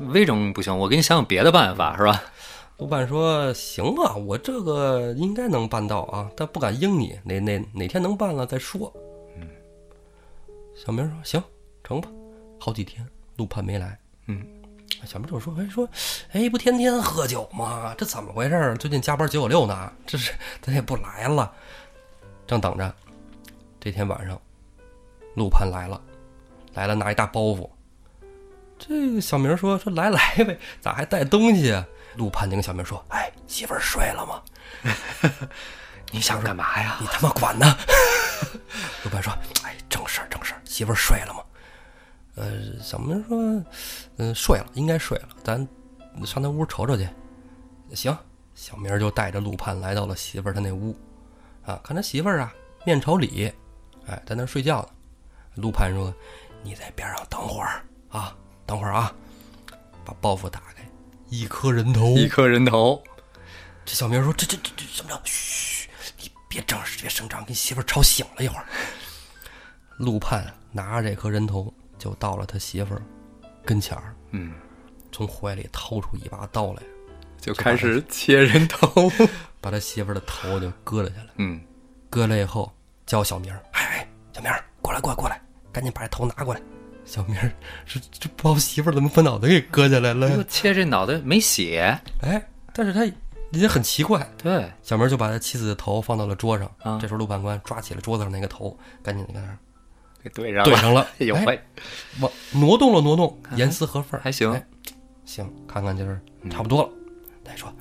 微整不行，我给你想想别的办法，是吧？老板说：“行吧，我这个应该能办到啊，但不敢应你，哪哪哪天能办了再说。”嗯，小明说：“行，成吧。”好几天，陆盼没来。嗯，小明就说：“哎，说，哎，不天天喝酒吗？这怎么回事儿？最近加班九九六呢，这是咱也不来了。”正等着，这天晚上，陆盼来了，来了拿一大包袱。这个小明说：“说来来呗，咋还带东西啊？”陆盼那个小明说：“哎，媳妇儿睡了吗？你想干嘛呀？你他妈管呢？” 陆盼说：“哎，正事儿正事儿，媳妇儿睡了吗？”呃，小明说：“嗯、睡了，应该睡了，咱上他屋瞅瞅去。”行，小明就带着陆盼来到了媳妇儿他那屋，啊，看他媳妇儿啊面朝里，哎，在那儿睡觉呢。陆盼说：“你在边上等会儿啊，等会儿啊，把包袱打开，一颗人头，一颗人头，这小明说：“这这这这什么着？嘘，你别正别声张，给媳妇儿吵醒了一会儿。”陆盼拿着这颗人头就到了他媳妇儿跟前儿，嗯，从怀里掏出一把刀来， 就开始切人头，把他媳妇儿的头就割了下来。嗯，割了以后叫小明儿：“哎哎，小明儿，过来过来过来，赶紧把这头拿过来。”小明儿是这不知道媳妇儿怎么把脑袋给割下来这了个，切这脑袋没血，哎，但是他也很奇怪，对，小明就把他妻子的头放到了桌上。啊这时候陆判官抓起了桌子上那个头，赶紧给他给对上对了，，上了有哎，会，往挪动了挪动，严丝合缝，还行嗯哎行，看看就是差不多了。再说，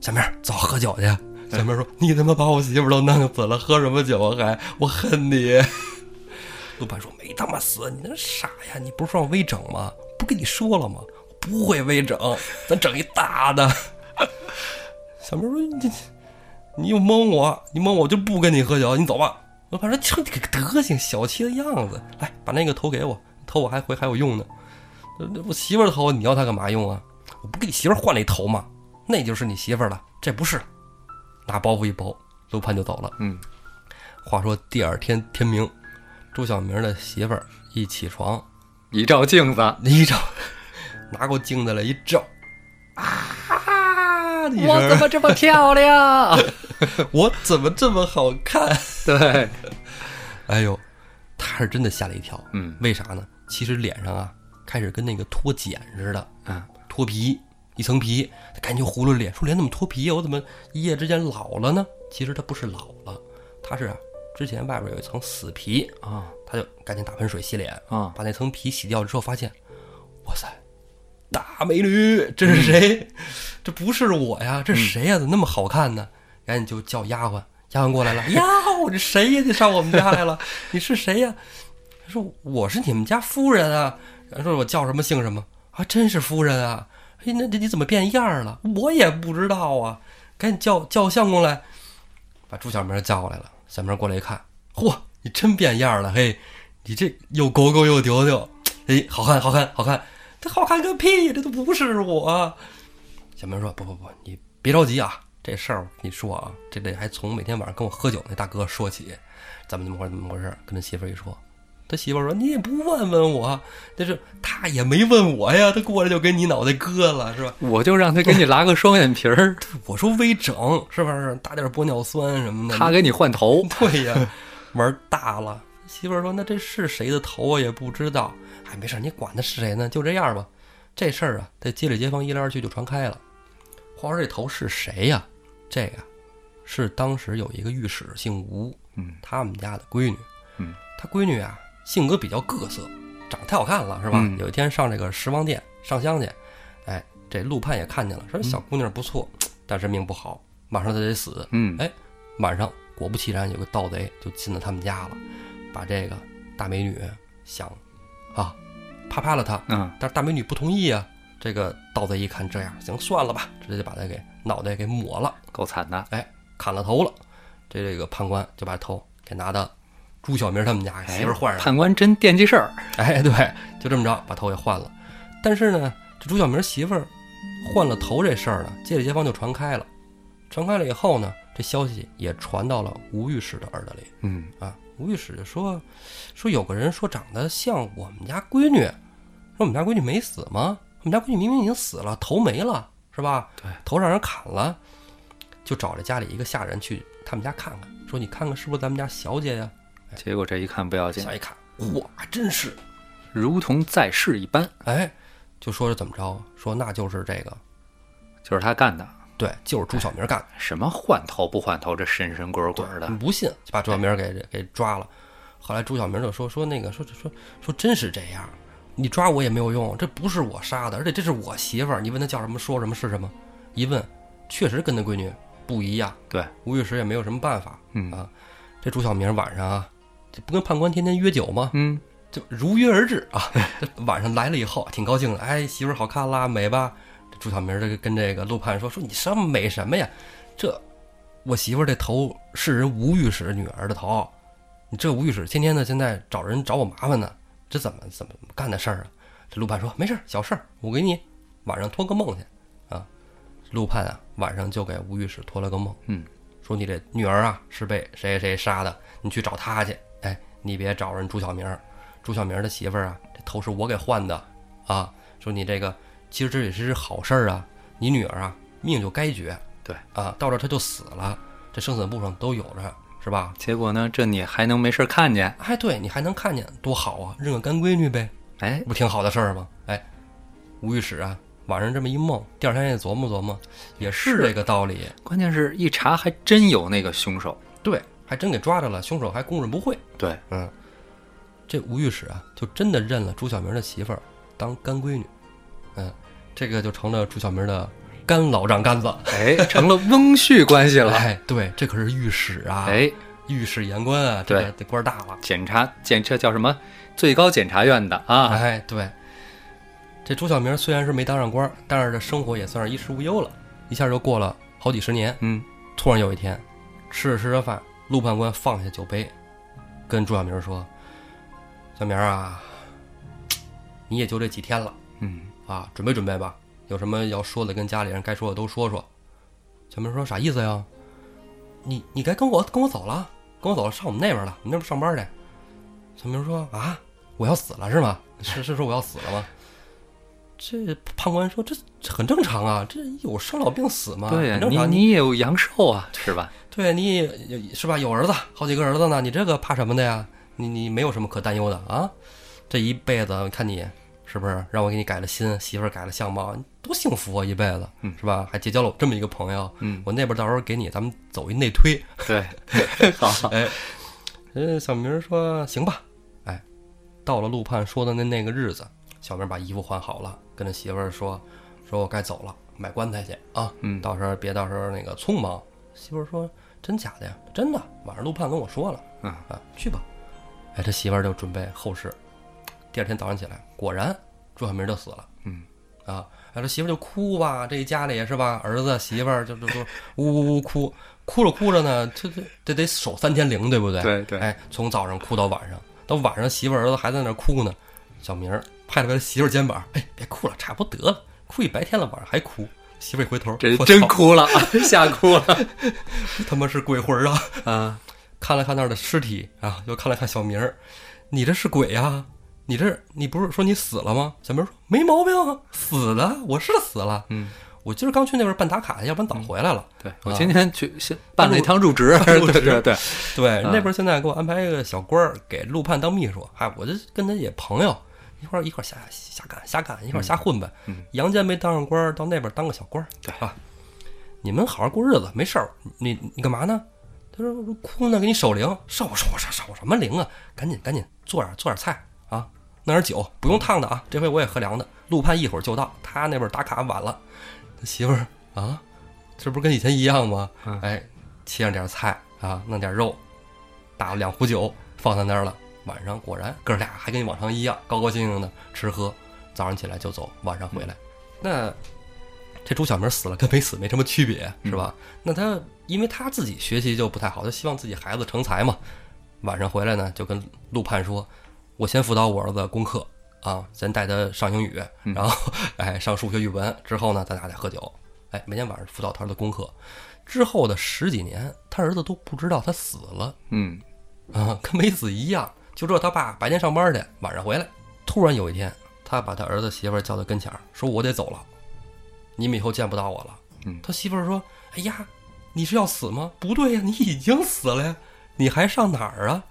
小明儿走喝酒去。哎小明说：“你他妈把我媳妇儿都弄死了，喝什么酒啊还？我恨你！” 陆判说：“没他妈死，你那傻呀？你不是说让微整吗？不跟你说了吗？不会微整，咱整一大的。” 小明说：“你你又蒙我，你蒙我就不跟你喝酒，你走吧。”我怕说：“瞧你这个德行，小气的样子，来把那个头给我，头我还回还有用呢。呃我媳妇儿的头你要它干嘛用啊？我不给你媳妇儿换了一头吗？那就是你媳妇儿了，这不是。”拿包袱一包，楼盘就走了。嗯，话说第二天天明，朱小明的媳妇儿一起床，一照镜子，一照，拿过镜子来一照，啊！一声么这么漂亮？我怎么这么好看？ 对，哎呦，他是真的吓了一跳。嗯为啥呢？其实脸上啊，开始跟那个脱茧似的，啊，脱皮一层皮，他赶紧就糊了脸，说脸怎么脱皮呀？我怎么一夜之间老了呢？其实他不是老了，他是啊，之前外边有一层死皮，啊他就赶紧打盆水洗脸，啊，把那层皮洗掉之后，发现，哇塞，大美女，这是谁？ 这不是我呀，这是谁呀？怎么那么好看呢？赶紧就叫丫鬟，丫鬟过来了，呀，这谁呀？你上我们家来了？你是谁呀？他说我是你们家夫人啊。然后说我叫什么姓什么啊？真是夫人啊！哎，那这你怎么变样儿了？我也不知道啊。赶紧叫叫相公来，把朱小明叫过来了。小明过来一看，嚯，你真变样儿了，嘿，你这又狗狗又丢丢，哎，好看，好看，好看，这好看个屁，这都不是我。小明说：“不不不，你别着急啊，这事儿我跟你说啊，这得还从每天晚上跟我喝酒那大哥说起，怎么怎么回怎么回事儿，跟他媳妇儿一说，他媳妇儿说你也不问问我，但是他也没问我呀，他过来就给你脑袋割了是吧？我就让他给你拉个双眼皮 儿，我说微整是不是？打点玻尿酸什么的，他给你换头。 对呀，玩儿大了。媳妇儿说：“那这是谁的头啊？也不知道。”哎，没事儿，你管他是谁呢？就这样吧。这事儿啊，在街里街坊一来二去就传开了。话说这头是谁呀、这个是当时有一个御史姓吴，嗯，他们家的闺女，嗯，他闺女啊性格比较各色，长得太好看了是吧？嗯有一天上这个十王殿上香去，哎，这陆判也看见了，说小姑娘不错，但是命不好，马上就得死。嗯哎晚上果不其然，有个盗贼就进了他们家了，把这个大美女想啊，啪啪了她，嗯但是大美女不同意啊。这个盗贼一看这样，行，算了吧，直接就把她给脑袋给抹了，够惨的。砍了头了。这这个判官就把头给拿到朱小明他们家给媳妇儿换上了，判官真惦记事儿。哎，对，就这么着把头给换了。但是呢，这朱小明媳妇儿换了头这事儿呢，街里街坊就传开了。传开了以后呢，这消息也传到了吴御史的耳朵里。嗯啊，吴御史就说说有个人说长得像我们家闺女，说我们家闺女没死吗？我们家闺女明明已经死了，头没了是吧？对，头让人砍了，就找了家里一个下人去他们家看看，说你看看是不是咱们家小姐呀？结果这一看不要紧下，一看，嚯，还真是！如同在世一般，哎，就说是怎么着？说那就是这个，就是他干的。对，就是朱小明干的。什么换头不换头，这神神鬼鬼的。不信，就把朱小明给给抓了。后来朱小明就说说那个说说说真是这样，你抓我也没有用，这不是我杀的，而且这是我媳妇儿。你问她叫什么，说什么是什么？一问，确实跟她闺女不一样。对，吴玉石也没有什么办法。嗯啊，这朱小明晚上啊，这不跟判官天天约酒吗？嗯，就如约而至 啊。这晚上来了以后，挺高兴的，哎，媳妇儿好看啦，美吧？这朱小明这个跟这个陆判说说你什么美什么呀？这我媳妇儿这头是人吴御史女儿的头，你这吴御史天天的现在找人找我麻烦呢，这怎么怎么干的事儿啊？这陆判说没事儿，小事儿，我给你晚上托个梦去啊。陆判啊，晚上就给吴御史托了个梦，嗯，说你这女儿啊是被谁谁谁杀的，你去找她去，哎，你别找人朱小明儿，朱小明儿的媳妇儿啊，这头是我给换的啊，说你这个其实这也是好事儿啊，你女儿啊命就该绝，对啊，到这儿她就死了，这生死簿上都有着，是吧？结果呢，这你还能没事儿看见？哎，对你还能看见，多好啊，认个干闺女呗，哎，不挺好的事儿吗？哎，吴御史啊，晚上这么一梦，第二天也琢磨琢磨，也是这个道理，关键是一查还真有那个凶手。对，还真给抓着了，凶手还供认不讳。对，嗯，这吴御史啊，就真的认了朱小明的媳妇儿当干闺女，嗯，这个就成了朱小明的干老丈杆子。哎，成了翁婿关系了。哎，对，这可是御史啊， 哎，御史言官啊，这个对这官儿大了。检察检这叫什么？最高检察院的啊，哎，对，这朱小明虽然是没当上官儿，但是这生活也算是衣食无忧了，一下就过了好几十年。嗯，突然有一天，吃着吃着饭，陆判官放下酒杯，跟朱小明说：“小明啊，你也就这几天了嗯，啊，准备准备吧，有什么要说的跟家里人该说的都说说。”小明说：“啥意思呀？你你该跟我跟我走了，跟我走了，上我们那边了，我们那边上班去。”小明说：“啊，我要死了是吗？是是说我要死了吗？”这判官说：“这这很正常啊，这有生老病死嘛，对呀很，正你常。你也有阳寿啊，是 吧？对你也是吧？有儿子，好几个儿子呢，你这个怕什么的呀？你你没有什么可担忧的啊！这一辈子，看你是不是让我给你改了心，媳妇儿改了相貌，你多幸福啊！一辈子，是吧？还结交了我这么一个朋友，嗯我那边到时候给你，咱们走一内推。 对，好，哎，人小明说行吧，哎，到了陆判说的那那个日子，小明把衣服换好了，跟他媳妇儿说，说我该走了，买棺材去啊，嗯到时候别到时候那个匆忙。媳妇儿说真假的呀？真的，晚上陆判跟我说了，嗯啊，去吧。哎，这媳妇儿就准备后事。第二天早上起来，果然朱小明就死了。嗯，啊，哎，这媳妇儿就哭吧，这一家里是吧，儿子媳妇儿就就就呜呜呜哭，哭着哭着呢，这这这得守三天灵，对不对？对对哎，从早上哭到晚上，到晚上媳妇儿儿子还在那儿哭呢。小明儿拍了拍他媳妇儿肩膀，哎，别哭了，差不多得了，哭一白天了，晚上还哭。媳妇一回头，这我真操哭 了，吓哭了他妈是鬼魂 儿啊！啊！看了看那儿的尸体啊，又看了看小明儿，你这是鬼呀、你这你不是说你死了吗？小明儿说没毛病啊，死了，我是死了。嗯，我今儿刚去那边办打卡去，要不然早回来了。对我今天去先办了一趟入职，啊办入 对对对，对，那边现在给我安排一个小官儿给陆判当秘书，哎，我就跟他也朋友，一块儿一块儿瞎瞎干瞎干，一块儿瞎混呗。杨坚没当上官儿，到那边当个小官儿，对啊。你们好好过日子，没事儿。你你干嘛呢？他说我哭呢，给你守灵。守我守我守守什么灵啊？赶紧赶紧做点做点菜啊，弄点酒，不用烫的啊。这回我也喝凉的。陆判一会儿就到，他那边打卡晚了。他媳妇儿啊，这不是跟以前一样吗？嗯哎，切上点菜啊，弄点肉，打了两壶酒，放在那儿了。晚上果然哥俩还跟往常一样，高高兴兴的吃喝，早上起来就走，晚上回来。那这朱小明死了跟没死没什么区别，是吧？那他因为他自己学习就不太好，他希望自己孩子成才嘛。晚上回来呢，就跟陆盼说：“我先辅导我儿子功课啊，先带他上英语，然后哎上数学、语文，之后呢，咱俩再喝酒。哎，每天晚上辅导他儿子功课。之后的十几年，他儿子都不知道他死了。”嗯啊，跟没死一样，就这他爸白天上班去，晚上回来。突然有一天，他把他儿子媳妇儿叫到跟前儿，说：“我得走了，你们以后见不到我了。”嗯他媳妇儿说：“哎呀，你是要死吗？不对呀、你已经死了呀，你还上哪儿啊？”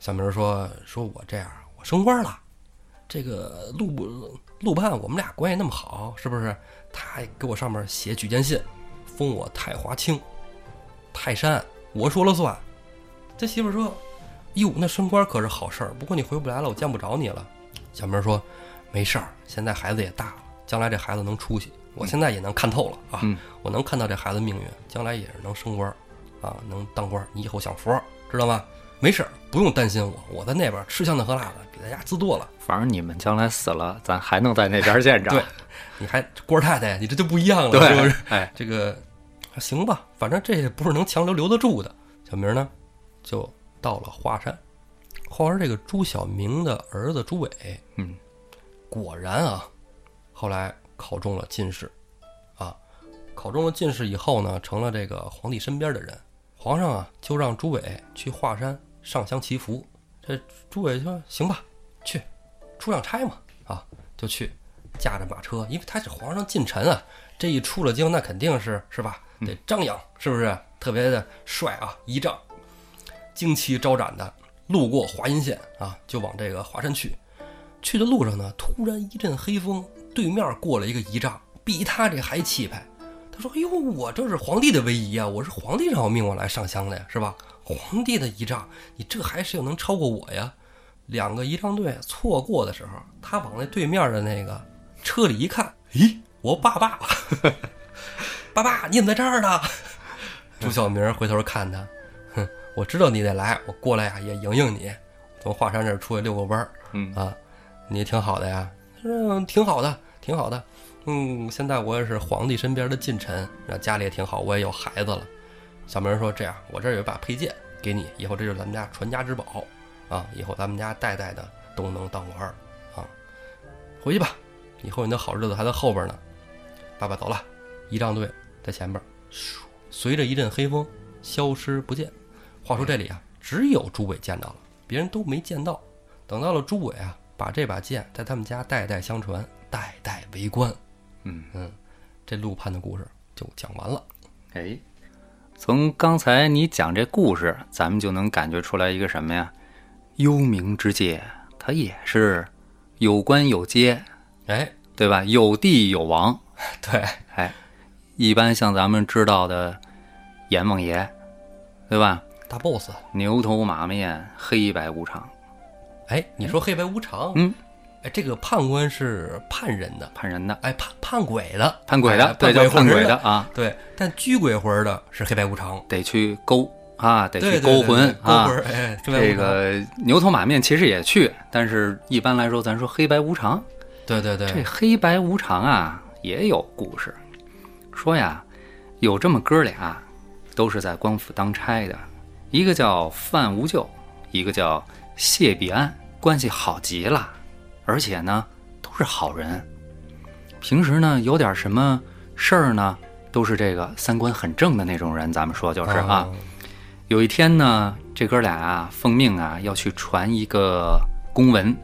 小明儿说：“说我这样，我升官了，这个陆不陆判，我们俩关系那么好，是不是？他还给我上面写举荐信，封我太华卿、泰山，我说了算。”这媳妇儿说：“哟，那升官可是好事儿，不过你回不来了，我见不着你了。”小明说：“没事儿，现在孩子也大了，将来这孩子能出息，我现在也能看透了啊，嗯我能看到这孩子命运，将来也是能升官儿，啊，能当官儿，你以后享福，知道吗？没事儿，不用担心我，我在那边吃香的喝辣的，比在家滋多了。反正你们将来死了，咱还能在那边见着。对，你还官儿太太，你这就不一样了，是不对是？，哎，这个啊行吧，反正这也不是能强留留得住的。小明呢，就到了华山。后来这个朱小明的儿子朱伟，嗯，果然啊，后来考中了进士，啊，考中了进士以后呢，成了这个皇帝身边的人。皇上啊，就让朱伟去华山上香祈福。这朱伟说：“行吧，去，出趟差嘛，啊，就去，驾着马车，因为他是皇上近臣啊，这一出了京，那肯定是是吧？得张扬，是不是？特别的帅啊，仪仗，旌旗招展的，路过华阴县啊，就往这个华山去。去的路上呢，突然一阵黑风，对面过来一个仪仗，比他这还气派。他说：“哎呦，我这是皇帝的威仪啊！我是皇帝让我命我来上香的呀，是吧？皇帝的仪仗，你这还谁又能超过我呀？”两个仪仗队错过的时候，他往那对面的那个车里一看，咦，我爸爸，爸爸，你怎么在这儿呢？朱小明回头看他，哼，我知道你得来，我过来呀、也迎迎你。从华山这儿出去遛个弯儿，嗯啊，你也挺好的呀。他说挺好的，挺好的。嗯，现在我也是皇帝身边的近臣，然后家里也挺好，我也有孩子了。小明说：“这样，我这儿有一把佩剑给你，以后这就是咱们家传家之宝啊！以后咱们家代代的都能当玩儿啊！回去吧，以后你的好日子还在后边呢。”爸爸走了，仪仗队在前边，唰随着一阵黑风消失不见。话说这里啊，只有朱伟见到了，别人都没见到。等到了朱伟啊，把这把剑在他们家代代相传，代代为官。嗯嗯，这陆判的故事就讲完了。哎，从刚才你讲这故事，咱们就能感觉出来一个什么呀？幽冥之界，它也是有官有阶，哎，对吧？有帝有王。对，哎，一般像咱们知道的阎王爷，对吧？大 boss，牛头马面，黑白无常，哎，你说黑白无常，嗯，哎，这个判官是判人的，判人的，哎，判判鬼的，判鬼哎的，对，叫判鬼鬼魂的，啊，对，但拘鬼魂的是黑白无常，得去勾啊，得对对去对勾魂对勾啊。魂，哎，黑白这无常，个牛头马面其实也去，但是一般来说，咱说黑白无常，对对对，这黑白无常啊，也有故事。说呀，有这么哥俩，啊都是在官府当差的，一个叫范无咎，一个叫谢必安，关系好极了，而且呢，都是好人。平时呢，有点什么事儿呢，都是这个三观很正的那种人。咱们说就是啊，啊，有一天呢，这哥俩啊，奉命啊要去传一个公文，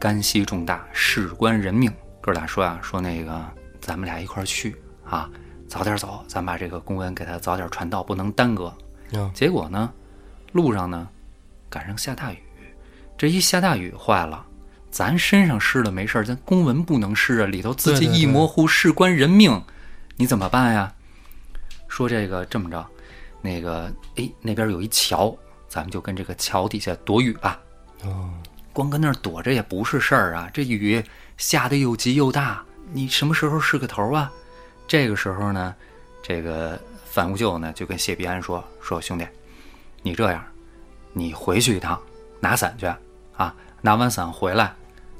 干系重大，事关人命。哥俩说啊，说那个咱们俩一块儿去啊，早点走，咱把这个公文给他早点传到，不能耽搁。嗯结果呢，路上呢赶上下大雨，这一下大雨坏了，咱身上湿了没事儿，咱公文不能湿啊，里头字迹对对对一模糊，事关人命，你怎么办呀？说这个这么着，那个哎那边有一桥，咱们就跟这个桥底下躲雨啊吧。哦，光跟那儿躲着也不是事儿啊，这雨下的又急又大，你什么时候是个头啊？这个时候呢，这个范无咎呢就跟谢必安说：“说兄弟，你这样，你回去一趟，拿伞去啊，拿完伞回来，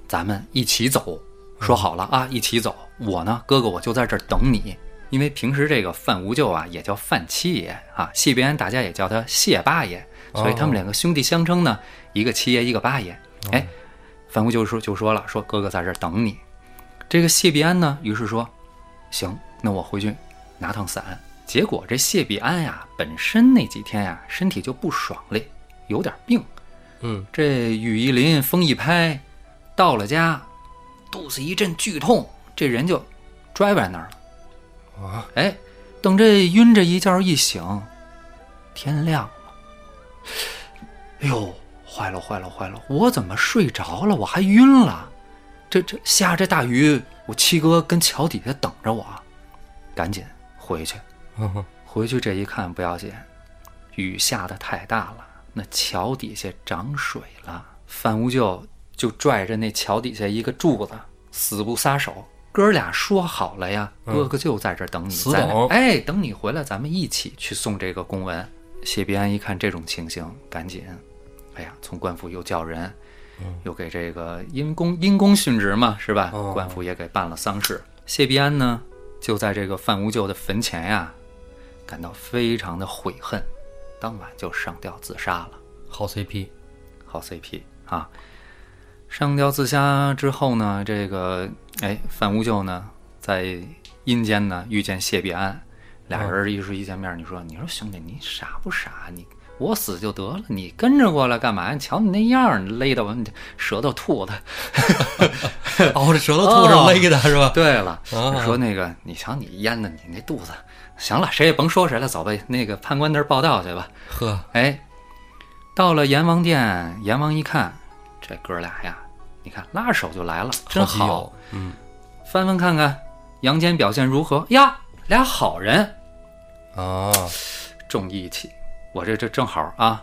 咱们一起走。说好了啊，一起走。我呢，哥哥我就在这儿等你。因为平时这个范无咎啊，也叫范七爷啊，谢必安大家也叫他谢八爷，所以他们两个兄弟相称呢，一个七爷，一个八爷。哎，范无咎说就说了，说哥哥在这儿等你。这个谢必安呢，于是说，行，那我回去拿趟伞。结果这谢必安呀，本身那几天呀，身体就不爽利，有点病。嗯，这雨一淋，风一拍，到了家，肚子一阵剧痛，这人就拽在那儿了。啊，哎，等这晕这一觉一醒，天亮了。哎呦，坏了坏了坏了！我怎么睡着了？我还晕了。这这下这大雨，我七哥跟桥底下等着我啊，赶紧回去。嗯回去这一看不要紧，雨下的太大了，那桥底下涨水了。范无咎就拽着那桥底下一个柱子，死不撒手。哥俩说好了呀，嗯哥哥就在这儿等你，死咱等哎，等你回来，咱们一起去送这个公文。谢必安一看这种情形，赶紧，哎呀，从官府又叫人，又给这个因公因公殉职嘛，是吧？哦官府也给办了丧事。谢必安呢，就在这个范无咎的坟前呀，感到非常的悔恨，当晚就上吊自杀了。好 CP，好 CP 啊。上吊自杀之后呢，这个哎范无咎呢在阴间呢遇见谢必安，俩人一说一见面，你说你说兄弟你傻不傻？你我死就得了，你跟着过来干嘛呀？瞧你那样儿，你勒得我你舌头吐 的。哦，这舌头吐着勒的是吧？对了，啊说那个你瞧你淹的你那肚子，行了，谁也甭说谁了，走吧，那个判官那儿报道去吧。呵，哎，到了阎王殿，阎王一看，这哥俩呀，你看拉手就来了，真基好，友，嗯翻翻看看阳间表现如何呀？俩好人，啊，重义气。我这这正好啊，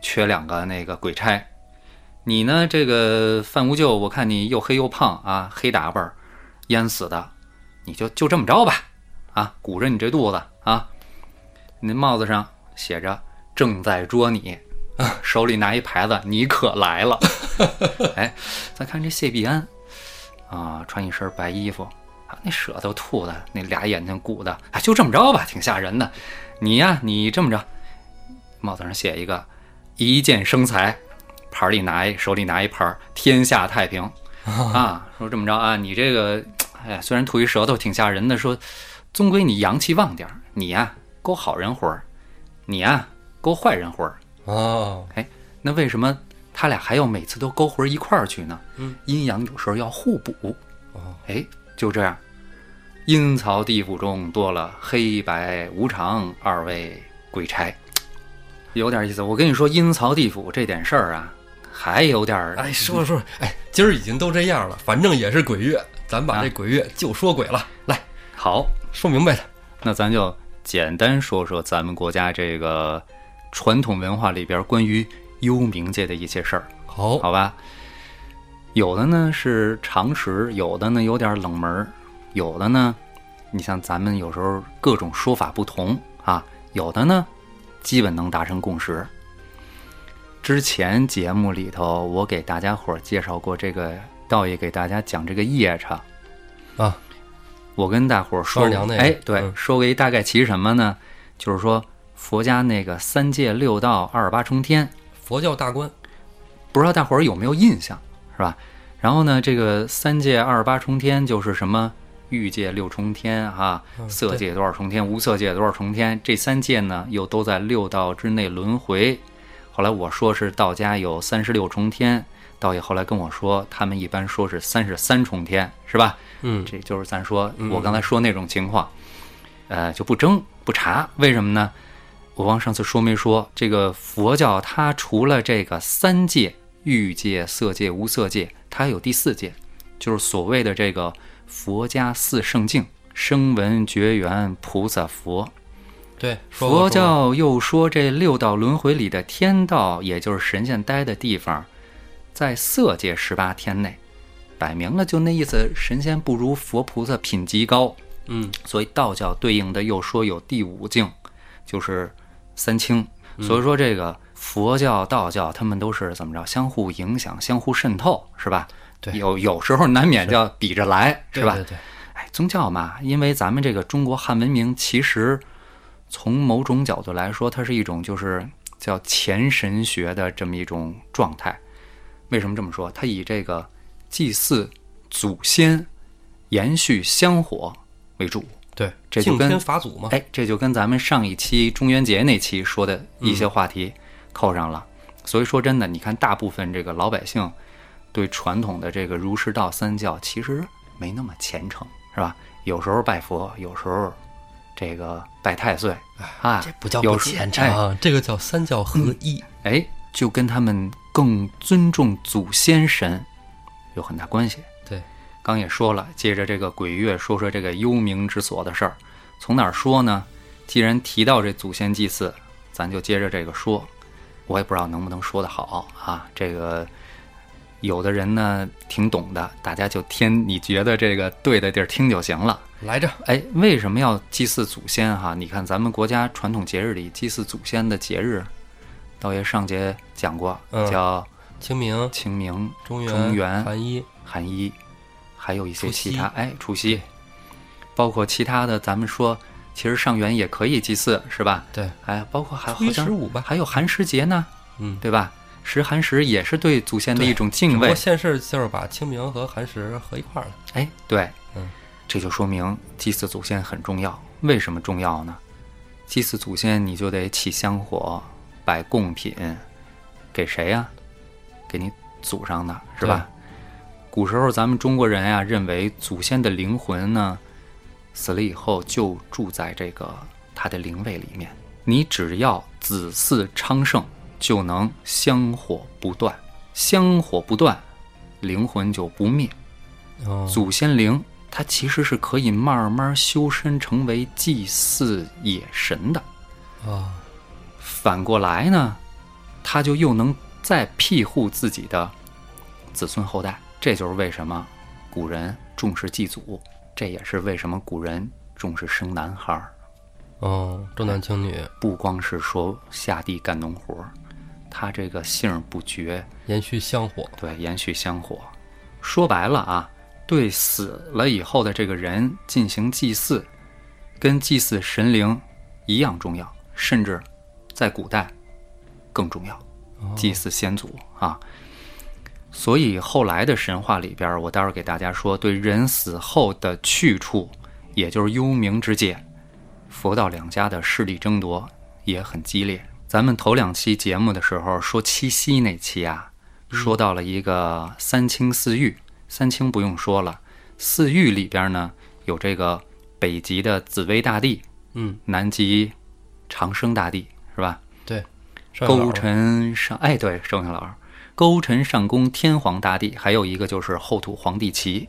缺两个那个鬼差。你呢，这个范无咎，我看你又黑又胖啊，黑打扮儿，淹死的，你就就这么着吧，啊，鼓着你这肚子啊，你那帽子上写着“正在捉你”，啊手里拿一牌子，你可来了。哎，再看这谢必安，啊，穿一身白衣服，啊，那舌头吐的，那俩眼睛鼓的，啊，就这么着吧，挺吓人的。你呀，你这么着，帽子上写一个“一见生财”，牌儿里拿一手里拿一牌儿“天下太平”，啊，说这么着啊，你这个，哎呀，虽然吐一舌头挺吓人的，说，终归你阳气旺点儿，你呀勾好人活儿，你呀勾坏人活儿，哦，哎，那为什么他俩还要每次都勾魂一块儿去呢？嗯，阴阳有时候要互补。哦，哎，就这样，阴曹地府中多了黑白无常二位鬼差，有点意思。我跟你说，阴曹地府这点事儿啊，还有点儿哎，说说，哎，今儿已经都这样了，反正也是鬼月，咱啊把这鬼月就说鬼了，来好。说明白它。那咱就简单说说咱们国家这个传统文化里边关于幽冥界的一些事儿。好， 好吧？有的呢是常识，有的呢有点冷门儿，有的呢，你像咱们有时候各种说法不同啊，有的呢基本能达成共识。之前节目里头，我给大家伙儿介绍过这个道爷给大家讲这个夜叉，啊，我跟大伙儿说双娘那个哎，对，嗯说个一大概其什么呢？就是说佛家那个三界六道二十八重天，佛教大观，不知道大伙儿有没有印象，是吧？然后呢，这个三界二十八重天就是什么欲界六重天啊，嗯色界多少重天，无色界多少重天，这三界呢又都在六道之内轮回。后来我说是道家有三十六重天，道爷后来跟我说，他们一般说是三十三重天，是吧？嗯，这就是咱说我刚才说那种情况，呃，就不争不查，为什么呢？我忘上次说没说，这个佛教它除了这个三界欲界、色界、无色界，它还有第四界，就是所谓的这个佛家四圣境：声闻、觉缘、菩萨、佛。对，说过佛教又说这六道轮回里的天道，也就是神仙待的地方，在色界十八天内，摆明了就那意思，神仙不如佛菩萨品级高。嗯，所以道教对应的又说有第五境，就是三清。嗯所以说这个佛教、道教他们都是怎么着，相互影响、相互渗透，是吧？对有有时候难免叫比着来，是对吧？对对，哎，宗教嘛，因为咱们这个中国汉文明，其实从某种角度来说，它是一种就是叫前神学的这么一种状态。为什么这么说？它以这个祭祀祖先、延续香火为主。对，这就敬跟天法祖嘛，哎，这就跟咱们上一期中元节那期说的一些话题扣上了。所以说真的，你看大部分这个老百姓对传统的这个儒释道三教其实没那么虔诚，是吧？有时候拜佛，有时候这个拜太岁啊，这不叫有不时虔诚哎啊，这个叫三教合一。哎，就跟他们更尊重祖先神有很大关系。对，刚也说了，借着这个鬼月说说这个幽冥之所的事儿，从哪儿说呢？既然提到这祖先祭祀，咱就接着这个说。我也不知道能不能说得好啊。这个有的人呢挺懂的，大家就听你觉得这个对的地儿听就行了。来着，哎，为什么要祭祀祖先哈、你看咱们国家传统节日里祭祀祖先的节日，道爷上节讲过，嗯叫清明、清明、中原、中原寒衣，寒衣，还有一些除其夕他，哎，除夕，包括其他的，咱们说其实上元也可以祭祀，是吧？对，哎，包括还初好一十像五吧。还有寒食节呢，嗯，对吧？食寒食也是对祖先的一种只敬不过畏，现世就是把清明和寒食合一块儿了。哎，对，嗯，这就说明祭祀祖先很重要。为什么重要呢？祭祀祖先，你就得起香火，摆贡品，给谁呀、给你祖上的是吧？古时候咱们中国人呀、认为祖先的灵魂呢，死了以后就住在这个他的灵位里面。你只要子嗣昌盛，就能香火不断，香火不断，灵魂就不灭。哦，祖先灵，它其实是可以慢慢修身成为祭祀野神的。哦，反过来呢，它就又能再庇护自己的子孙后代。这就是为什么古人重视祭祖，这也是为什么古人重视生男孩儿。哦，重男轻女，不光是说下地干农活儿，他这个姓儿不绝，延续香火。对，延续香火。说白了啊，对死了以后的这个人进行祭祀，跟祭祀神灵一样重要，甚至在古代更重要。祭祀先祖啊，所以后来的神话里边儿，我待会儿给大家说，对人死后的去处，也就是幽冥之界，佛道两家的势力争夺也很激烈。咱们头两期节目的时候说七夕那期啊，说到了一个三清四御，三清不用说了，四御里边呢有这个北极的紫薇大帝，嗯，南极长生大帝，是吧？对，上一勾老陈上，哎，对，寿星老儿，勾陈上宫天皇大帝，还有一个就是后土皇帝旗。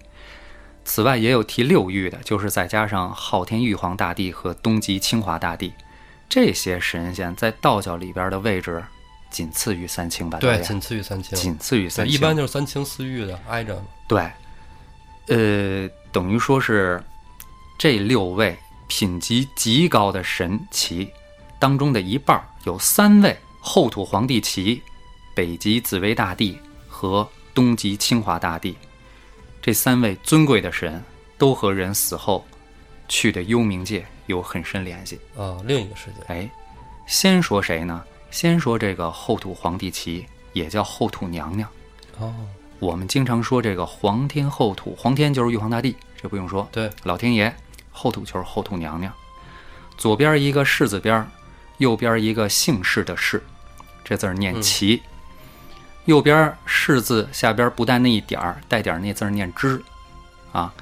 此外，也有提六御的，就是再加上昊天玉皇大帝和东极清华大帝，这些神仙在道教里边的位置仅次于三清吧？对，啊大家仅次于三清。仅次于三对，一清。般就是三清四御的挨着。对，呃，等于说是这六位品级极高的神祇当中的一半儿，有三位后土皇帝旗、北极紫薇大帝和东极清华大帝，这三位尊贵的神都和人死后去的幽冥界有很深联系。啊，另一个世界。哎，先说谁呢？先说这个后土皇帝旗，也叫后土娘娘。哦，我们经常说这个皇天后土，皇天就是玉皇大帝，这不用说。对，老天爷，后土就是后土娘娘，左边一个氏字边儿，右边一个姓氏的氏，这字儿念齐。右边氏字下边不带那一点儿，带点儿那字儿念之，啊，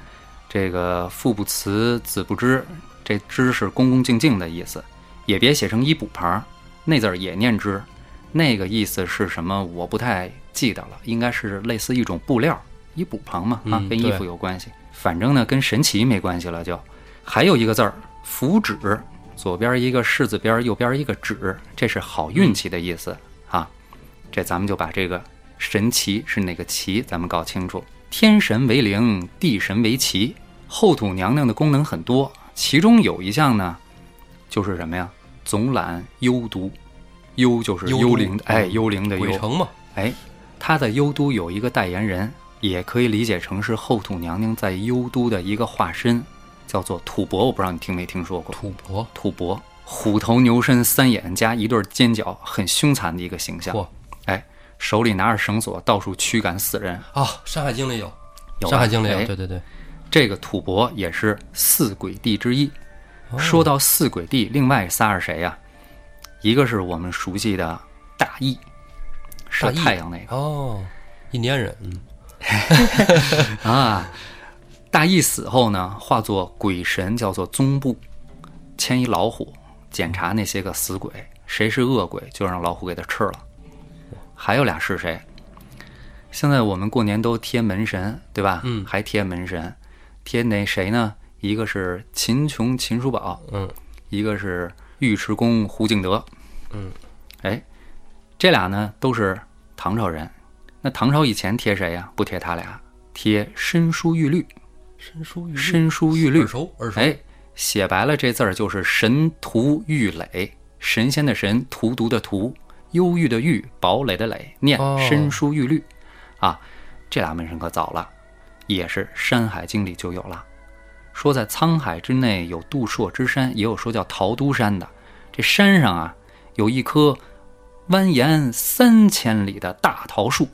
这个父不辞，子不知，这知是恭恭敬敬的意思，也别写成一补旁儿，那字儿也念之，那个意思是什么？我不太记得了，应该是类似一种布料，一补旁嘛，啊嗯，跟衣服对有关系。反正呢，跟神奇没关系了就。还有一个字儿，福祉，左边一个士字边儿，右边一个止，这是好运气的意思啊。这咱们就把这个神奇是哪个奇，咱们搞清楚。天神为灵，地神为奇。后土娘娘的功能很多，其中有一项呢，就是什么呀？总揽幽都，幽就是幽都幽灵的，哎，嗯幽灵的幽鬼，城嘛，哎，他在幽都有一个代言人，也可以理解成是后土娘娘在幽都的一个化身，叫做吐蕃。我不知道你听没听说过吐蕃，吐蕃，虎头牛身、三眼加一对尖角，很凶残的一个形象嚯。哎，手里拿着绳索，到处驱赶死人。啊，《山海经》里有，有《吧山海经》里有，哎对对对，这个吐蕃也是四鬼帝之一。哦说到四鬼帝，另外仨是谁呀、一个是我们熟悉的大羿，射大羿太阳那个。哦，印第安人，嗯，啊，大羿死后呢，化作鬼神，叫做宗部，牵一老虎检查那些个死鬼，谁是恶鬼，就让老虎给他吃了。还有俩是谁？现在我们过年都贴门神，对吧？嗯还贴门神，贴那谁呢？一个是秦琼、秦叔宝，嗯，一个是尉迟恭、胡敬德，嗯，哎，这俩呢都是唐朝人。那唐朝以前贴谁呀？不贴他俩，贴申书玉律。申书玉律申书玉律耳，熟耳熟，哎，写白了这字儿就是神荼郁垒，神仙的神，荼毒的荼，忧郁的郁，堡垒的垒，念哦申书玉律，啊，这俩门神可早了，也是《山海经》里就有了。说在沧海之内有杜朔之山，也有说叫陶都山的。这山上啊，有一棵蜿蜒三千里的大桃树，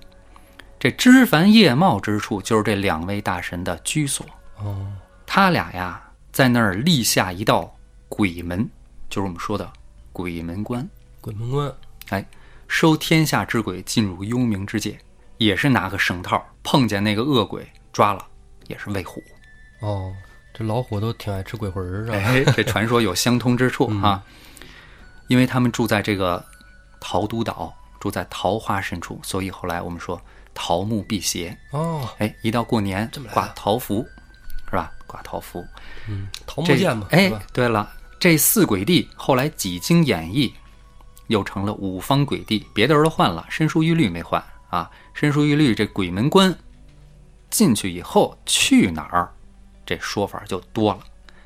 这枝繁叶茂之处，就是这两位大神的居所。哦，他俩呀在那儿立下一道鬼门，就是我们说的鬼门关，鬼门关，哎，收天下之鬼进入幽冥之界，也是拿个绳套，碰见那个恶鬼抓了，也是喂虎。哦，这老虎都挺爱吃鬼魂儿啊是吧？嗯哎，这传说有相通之处啊，因为他们住在这个桃都岛，住在桃花深处，所以后来我们说桃木辟邪。哦，哎，一到过年这么来啊挂桃符，是吧？挂桃符，嗯，桃木这剑嘛，是哎吧，对了，这四鬼帝后来几经演绎，又成了五方鬼帝，别的人都换了，申书玉律没换啊。申书玉律这鬼门关进去以后去哪儿，这说法就多了。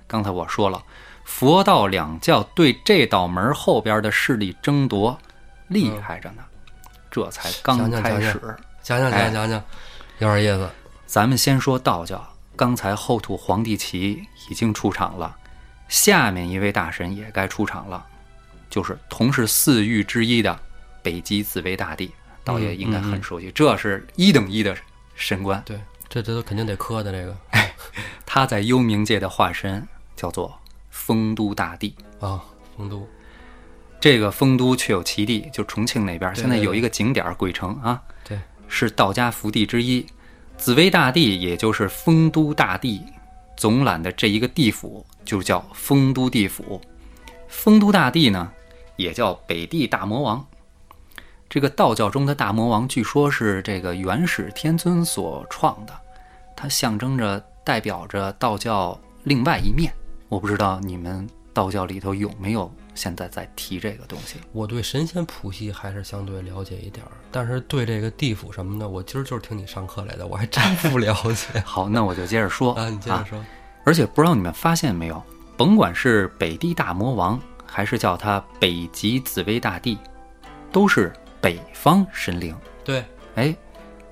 刚才我说了，佛道两教对这道门后边的势力争夺厉嗯害着呢，这才刚讲讲开讲始。讲讲讲哎讲讲讲，有点意思，咱们先说道教，刚才后土皇帝旗已经出场了，下面一位大神也该出场了，就是同是四御之一的北极紫薇大帝，道爷应该很熟悉，这是一等一的神官，对，这这都肯定得磕的这个他在幽冥界的化身叫做丰都大帝。啊，丰都，这个丰都确有其地，就重庆那边，对现在对有一个景点儿鬼城啊，对，是道家福地之一。紫薇大帝，也就是丰都大帝总揽的这一个地府，就叫丰都地府。丰都大帝呢，也叫北地大魔王。这个道教中的大魔王，据说是这个元始天尊所创的，它象征着、代表着道教另外一面。我不知道你们道教里头有没有现在在提这个东西。我对神仙谱系还是相对了解一点儿，但是对这个地府什么的，我今儿就是听你上课来的，我还真不了 解好，那我就接着说啊。你接着说，而且不知道你们发现没有，甭管是北地大魔王，还是叫他北极紫薇大帝，都是北方神灵。对，哎，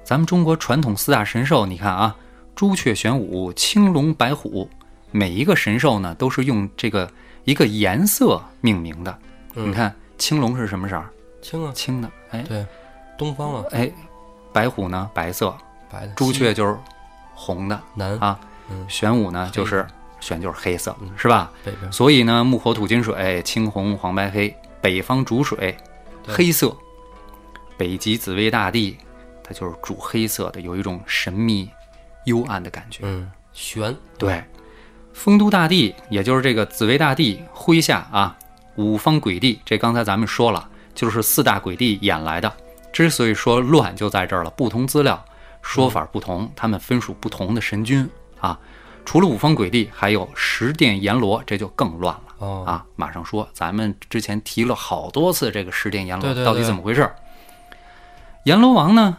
咱们中国传统四大神兽，你看啊，朱雀、玄武、青龙、白虎，每一个神兽呢都是用这个一个颜色命名的。嗯你看青龙是什么色儿？青啊，青的。哎对，东方啊，哎，白虎呢白色，白的，朱西雀就是红的。南啊，嗯玄武呢就是玄就是黑色，是吧？北边所以呢，木火土金水，青红黄白黑，北方主水，对黑色。北极紫薇大帝，它就是主黑色的，有一种神秘、幽暗的感觉。嗯玄对，丰都大帝，也就是这个紫薇大帝麾下啊，五方鬼帝，这刚才咱们说了，就是四大鬼帝演来的。之所以说乱，就在这儿了，不同资料说法不同，他们分属不同的神君啊。除了五方鬼帝，还有十殿阎罗，这就更乱了。哦啊，马上说，咱们之前提了好多次这个十殿阎罗对对到底对怎么回事儿。阎罗王呢，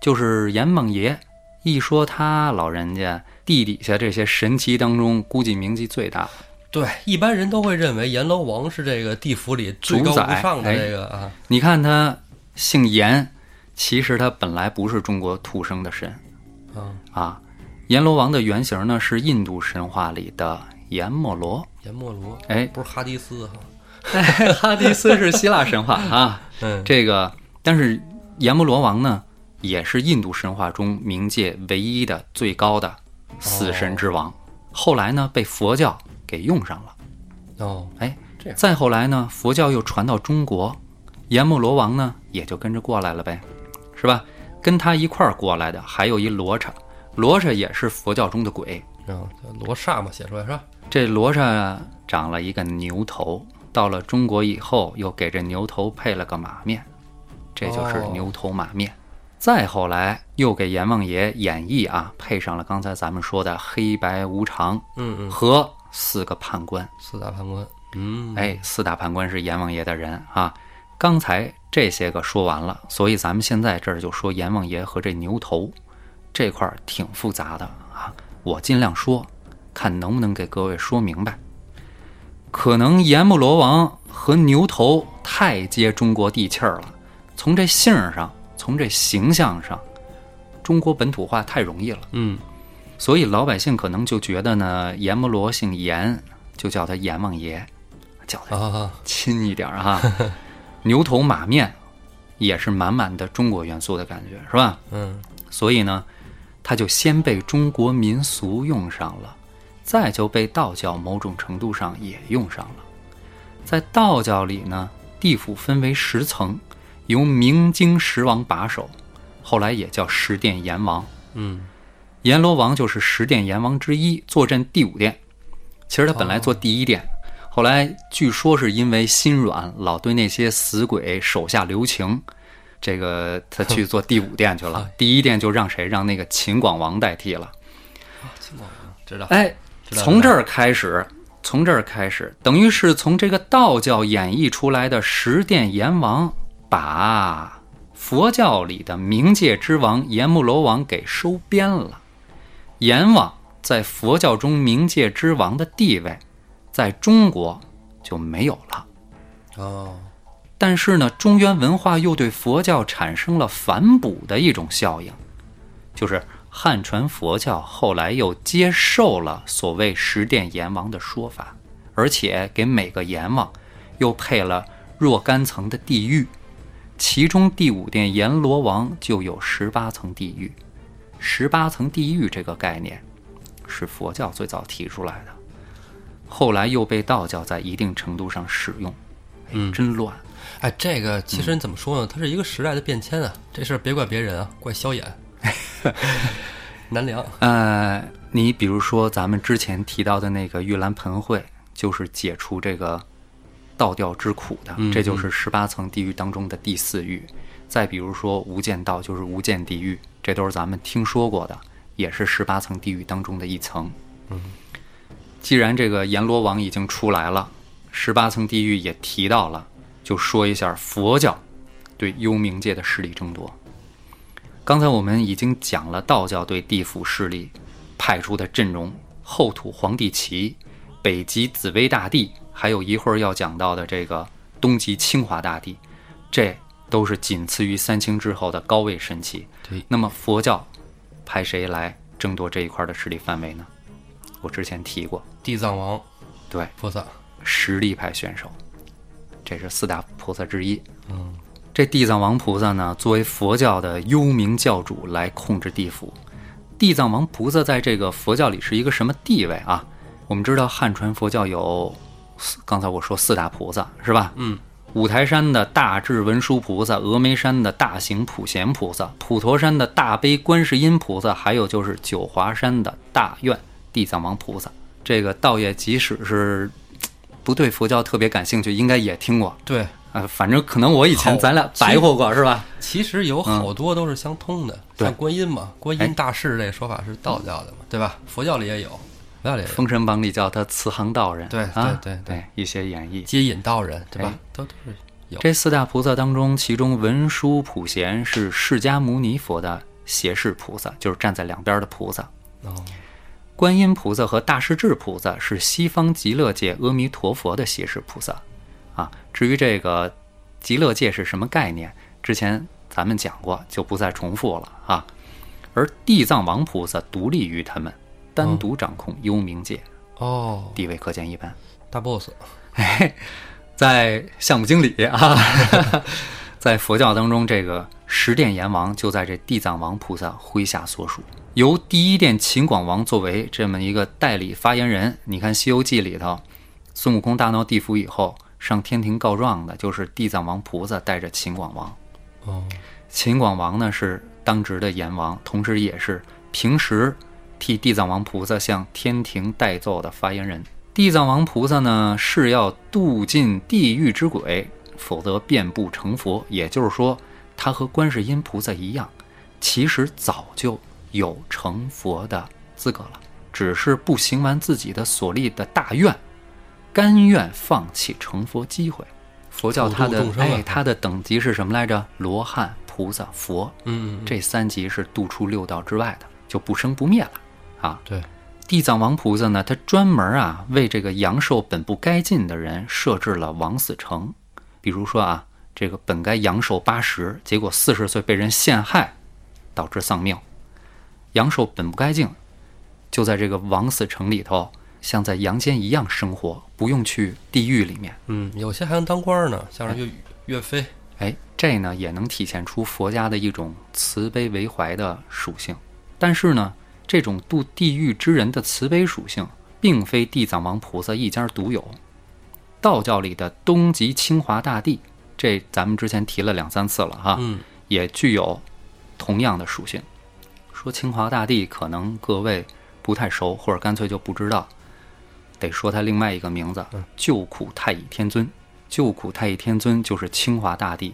就是阎梦爷。一说他老人家地底下这些神奇当中，估计名气最大，对，一般人都会认为阎罗王是这个地府里最高主宰无上的哎这个啊，你看他姓阎，其实他本来不是中国土生的神嗯，啊。阎罗王的原型呢是印度神话里的阎摩罗，阎摩罗，，哎不是哈迪斯哈，哈迪斯是希腊神话啊。嗯，这个，但是阎摩罗王呢，也是印度神话中冥界唯一的最高的死神之王。后来呢，被佛教给用上了。哦，哎，这样再后来呢，佛教又传到中国，阎摩罗王呢也就跟着过来了呗，是吧？跟他一块儿过来的还有一罗刹，罗刹也是佛教中的鬼。嗯，叫罗刹嘛，写出来是吧？这罗刹长了一个牛头，到了中国以后，又给这牛头配了个马面，这就是哦牛头马面。再后来又给阎王爷演绎啊，配上了刚才咱们说的黑白无常嗯嗯，和四个判官。四大判官，嗯，哎，四大判官是阎王爷的人啊。刚才这些个说完了，所以咱们现在这儿就说阎王爷和这牛头这块儿挺复杂的啊。我尽量说，看能不能给各位说明白。可能阎摩罗王和牛头太接中国地气儿了，从这姓儿上，从这形象上，中国本土化太容易了。嗯，所以老百姓可能就觉得呢，阎摩罗姓阎，就叫他阎王爷，叫他啊，亲一点儿哈、 牛头马面也是满满的中国元素的感觉，是吧？嗯，所以呢，它就先被中国民俗用上了，再就被道教某种程度上也用上了。在道教里呢，地府分为十层，由明经十王把守，后来也叫十殿阎王。嗯，阎罗王就是十殿阎王之一，坐镇第五殿。其实他哦本来坐第一殿，后来据说是因为心软，老对那些死鬼手下留情，这个他去做第五殿 去了。第一殿就让谁？让那个秦广王代替了。啊，秦广王知道，哎，知道从这儿开始，从这儿开始，等于是从这个道教演绎出来的十殿阎王，把佛教里的冥界之王阎摩罗王给收编了。阎王在佛教中冥界之王的地位，在中国就没有了。哦，但是呢，中原文化又对佛教产生了反哺的一种效应，就是汉传佛教后来又接受了所谓十殿阎王的说法，而且给每个阎王又配了若干层的地狱，其中第五殿阎罗王就有十八层地狱。十八层地狱这个概念是佛教最早提出来的，后来又被道教在一定程度上使用。嗯，真乱。哎，这个其嗯实你怎么说呢？它是一个时代的变迁啊，这事儿别怪别人啊，怪萧 衍，南梁，呃，你比如说咱们之前提到的那个玉兰盆会，就是解除这个道调之苦的，这就是十八层地狱当中的第四狱。再比如说无间道，就是无间地狱，这都是咱们听说过的，也是十八层地狱当中的一层。既然这个阎罗王已经出来了，十八层地狱也提到了，就说一下佛教对幽冥界的势力争夺。刚才我们已经讲了道教对地府势力派出的阵容：后土皇帝旗、北极紫薇大帝，还有一会儿要讲到的这个东极清华大帝，这都是仅次于三清之后的高位神祇。对那么佛教派谁来争夺这一块的势力范围呢？我之前提过，地藏王对，菩萨，实力派选手，这是四大菩萨之一。嗯，这地藏王菩萨呢，作为佛教的幽冥教主来控制地府，地藏王菩萨在这个佛教里是一个什么地位啊？我们知道汉传佛教有四，刚才我说四大菩萨是吧？嗯，五台山的大智文殊菩萨，峨眉山的大行普贤菩萨，普陀山的大悲观世音菩萨，还有就是九华山的大愿地藏王菩萨。这个道业即使是嘖不对佛教特别感兴趣，应该也听过啊、对，呃反正可能我以前好咱俩白活过是吧？其实有好多都是相通的，嗯对像观音嘛，观哎音大士这说法是道教的嘛，对吧？佛教里也有，佛教里也《有封神榜》里叫他慈航道人，对啊，对对对一些演绎。接引道人，对吧？哎都都是有这四大菩萨当中，其中文殊普贤是释迦牟尼佛的胁侍菩萨，就是站在两边的菩萨。哦，观音菩萨和大势至菩萨是西方极乐界阿弥陀佛的胁侍菩萨。啊，至于这个极乐界是什么概念，之前咱们讲过，就不再重复了啊。而地藏王菩萨独立于他们，单独掌控幽冥界，哦，地位可见一斑。大 boss，在项目经理 啊，在佛教当中，这个十殿阎王就在这地藏王菩萨麾下所属，由第一殿秦广王作为这么一个代理发言人。你看《西游记》里头，孙悟空大闹地府以后，上天庭告状的就是地藏王菩萨带着秦广王。哦，秦广王呢是当值的阎王，同时也是平时替地藏王菩萨向天庭代奏的发言人。地藏王菩萨呢是要度尽地狱之鬼，否则便不成佛。也就是说，他和观世音菩萨一样，其实早就有成佛的资格了，只是不行完自己的所立的大愿，甘愿放弃成佛机会。佛教它的普度众生啊哎，它的等级是什么来着？罗汉、菩萨、佛，嗯，嗯这三级是度出六道之外的，就不生不灭了啊。对，地藏王菩萨呢，他专门啊为这个阳寿本不该尽的人设置了枉死城，比如说啊，这个本该阳寿八十，结果四十岁被人陷害，导致丧命，阳寿本不该尽，就在这个枉死城里头，像在阳间一样生活，不用去地狱里面。嗯，有些还能当官呢，像是岳岳飞，哎，这呢也能体现出佛家的一种慈悲为怀的属性。但是呢，这种度地狱之人的慈悲属性，并非地藏王菩萨一家独有。道教里的东极清华大帝，这咱们之前提了两三次了哈，嗯，也具有同样的属性。说清华大帝，可能各位不太熟，或者干脆就不知道，得说他另外一个名字嗯——救苦太乙天尊。救苦太乙天尊就是清华大帝，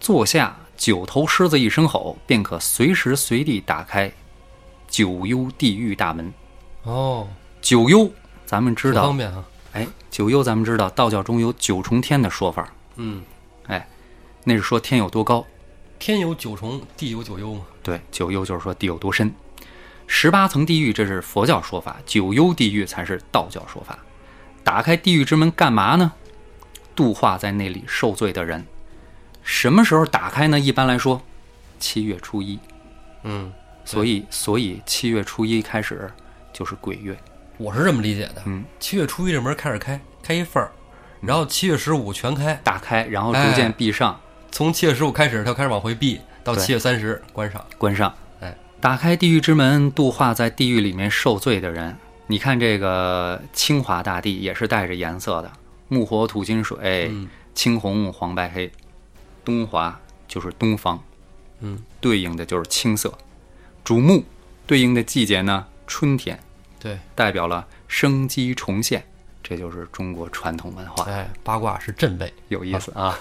坐下九头狮子一声吼，便可随时随地打开九幽地狱大门。哦，九幽，咱们知不道方，便啊，哎，九幽咱们知道，道教中有九重天的说法，哎嗯，那是说天有多高，天有九重，地有九幽嘛，对，九幽就是说地有多深。十八层地狱这是佛教说法，九幽地狱才是道教说法。打开地狱之门干嘛呢？度化在那里受罪的人。什么时候打开呢？一般来说，七月初一。嗯，所以，所以七月初一开始就是鬼月。我是这么理解的，嗯，七月初一这门开始开，开一份儿，然后七月十五全开，打开，然后逐渐闭上、从七月十五开始，它开始往回闭，到对七月三十关上。关上。哎，打开地狱之门，度化在地狱里面受罪的人。你看这个清华大地也是带着颜色的，木火土金水，嗯青红黄白黑。东华就是东方，嗯，对应的就是青色。主木对应的季节呢，春天，对，代表了生机重现，这就是中国传统文化。哎，八卦是震位，有意思啊。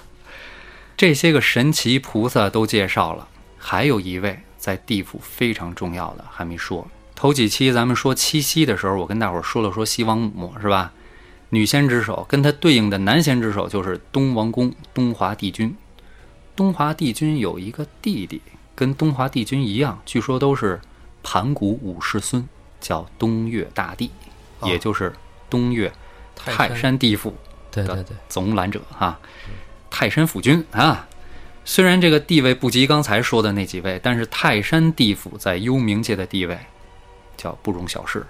这些个神奇菩萨都介绍了，还有一位在地府非常重要的还没说。头几期咱们说七夕的时候，我跟大伙儿说了说西王母是吧？女仙之首，跟她对应的男仙之首就是东王公东华帝君。东华帝君有一个弟弟，跟东华帝君一样，据说都是盘古五世孙，叫东岳大帝，哦也就是东岳泰泰山山地府。对的对对，总揽者哈、泰山府君啊。虽然这个地位不及刚才说的那几位，但是泰山地府在幽冥界的地位，叫不容小视，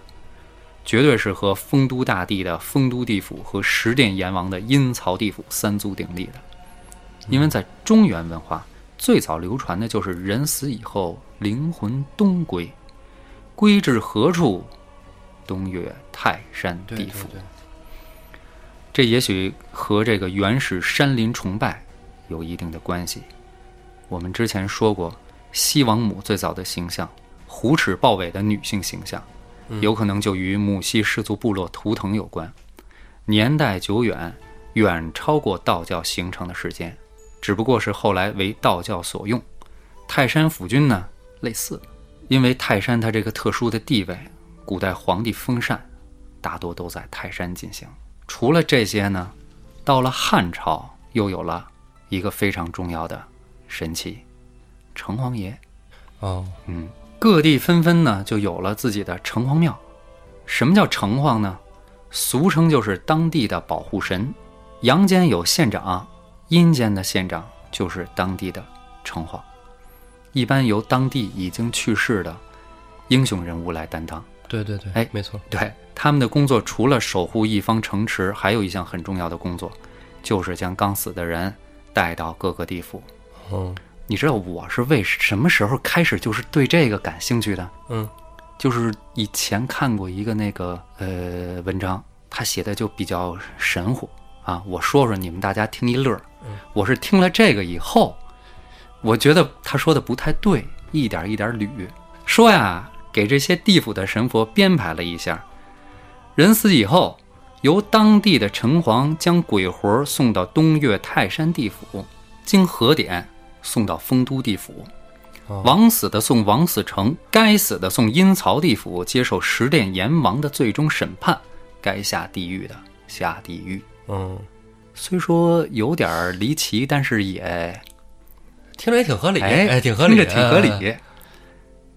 绝对是和丰都大帝的丰都地府和十殿阎王的阴曹地府三足鼎立的。因为在中原文化最早流传的就是人死以后灵魂东归，归至何处？东岳泰山对地对府。对这也许和这个原始山林崇拜有一定的关系。我们之前说过，西王母最早的形象，虎齿豹尾的女性形象，有可能就与母系氏族部落图腾有关，年代久远，远超过道教形成的时间，只不过是后来为道教所用。泰山府君呢，类似，因为泰山它这个特殊的地位，古代皇帝封禅，大多都在泰山进行。除了这些呢，到了汉朝又有了一个非常重要的神奇——城隍爷。哦，嗯，各地纷纷呢就有了自己的城隍庙。什么叫城隍呢？俗称就是当地的保护神。阳间有县长，阴间的县长就是当地的城隍，一般由当地已经去世的英雄人物来担当。对对对，哎没错，对，他们的工作除了守护一方城池，还有一项很重要的工作，就是将刚死的人带到各个地府。嗯你知道我是为什么时候开始就是对这个感兴趣的？嗯，就是以前看过一个那个呃文章，他写的就比较神乎啊。我说说，你们大家听一乐儿。我是听了这个以后，我觉得他说的不太对，一点一点捋。说呀，给这些地府的神佛编排了一下，人死以后，由当地的城隍将鬼魂儿送到东岳泰山地府，经核点送到丰都地府。哦枉死的送枉死城，该死的送阴曹地府，接受十殿阎王的最终审判。该下地狱的下地狱。嗯，虽说有点儿离奇，但是也听着也挺合理，哎哎，挺合理，听着挺合哎。理。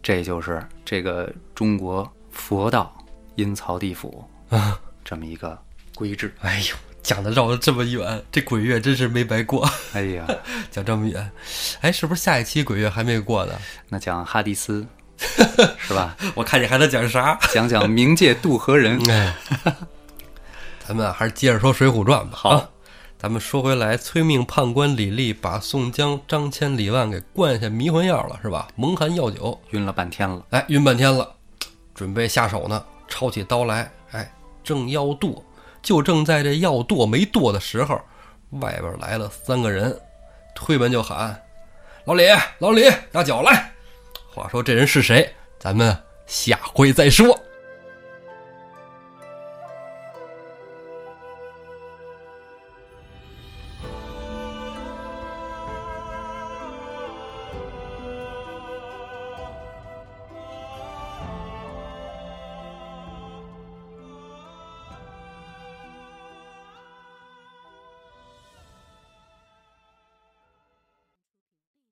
这就是这个中国佛道阴曹地府啊这么一个规制。哎呦，讲的绕了这么远，这鬼月真是没白过，哎呀，讲这么远，哎，是不是下一期鬼月还没过呢？那讲哈迪斯 是吧？我看你还能讲啥？讲讲冥界渡河人。 哎，咱们啊还是接着说《水浒传》吧。好啊咱们说回来，催命判官李立把宋江、张骞、李万给灌下迷魂药了，是吧？蒙汗药酒，晕了半天了，哎，晕半天了，准备下手呢，抄起刀来，哎，正要剁，就正在这要剁没剁的时候，外边来了三个人，推门就喊：“老李，老李，拿酒来！”话说这人是谁？咱们下回再说。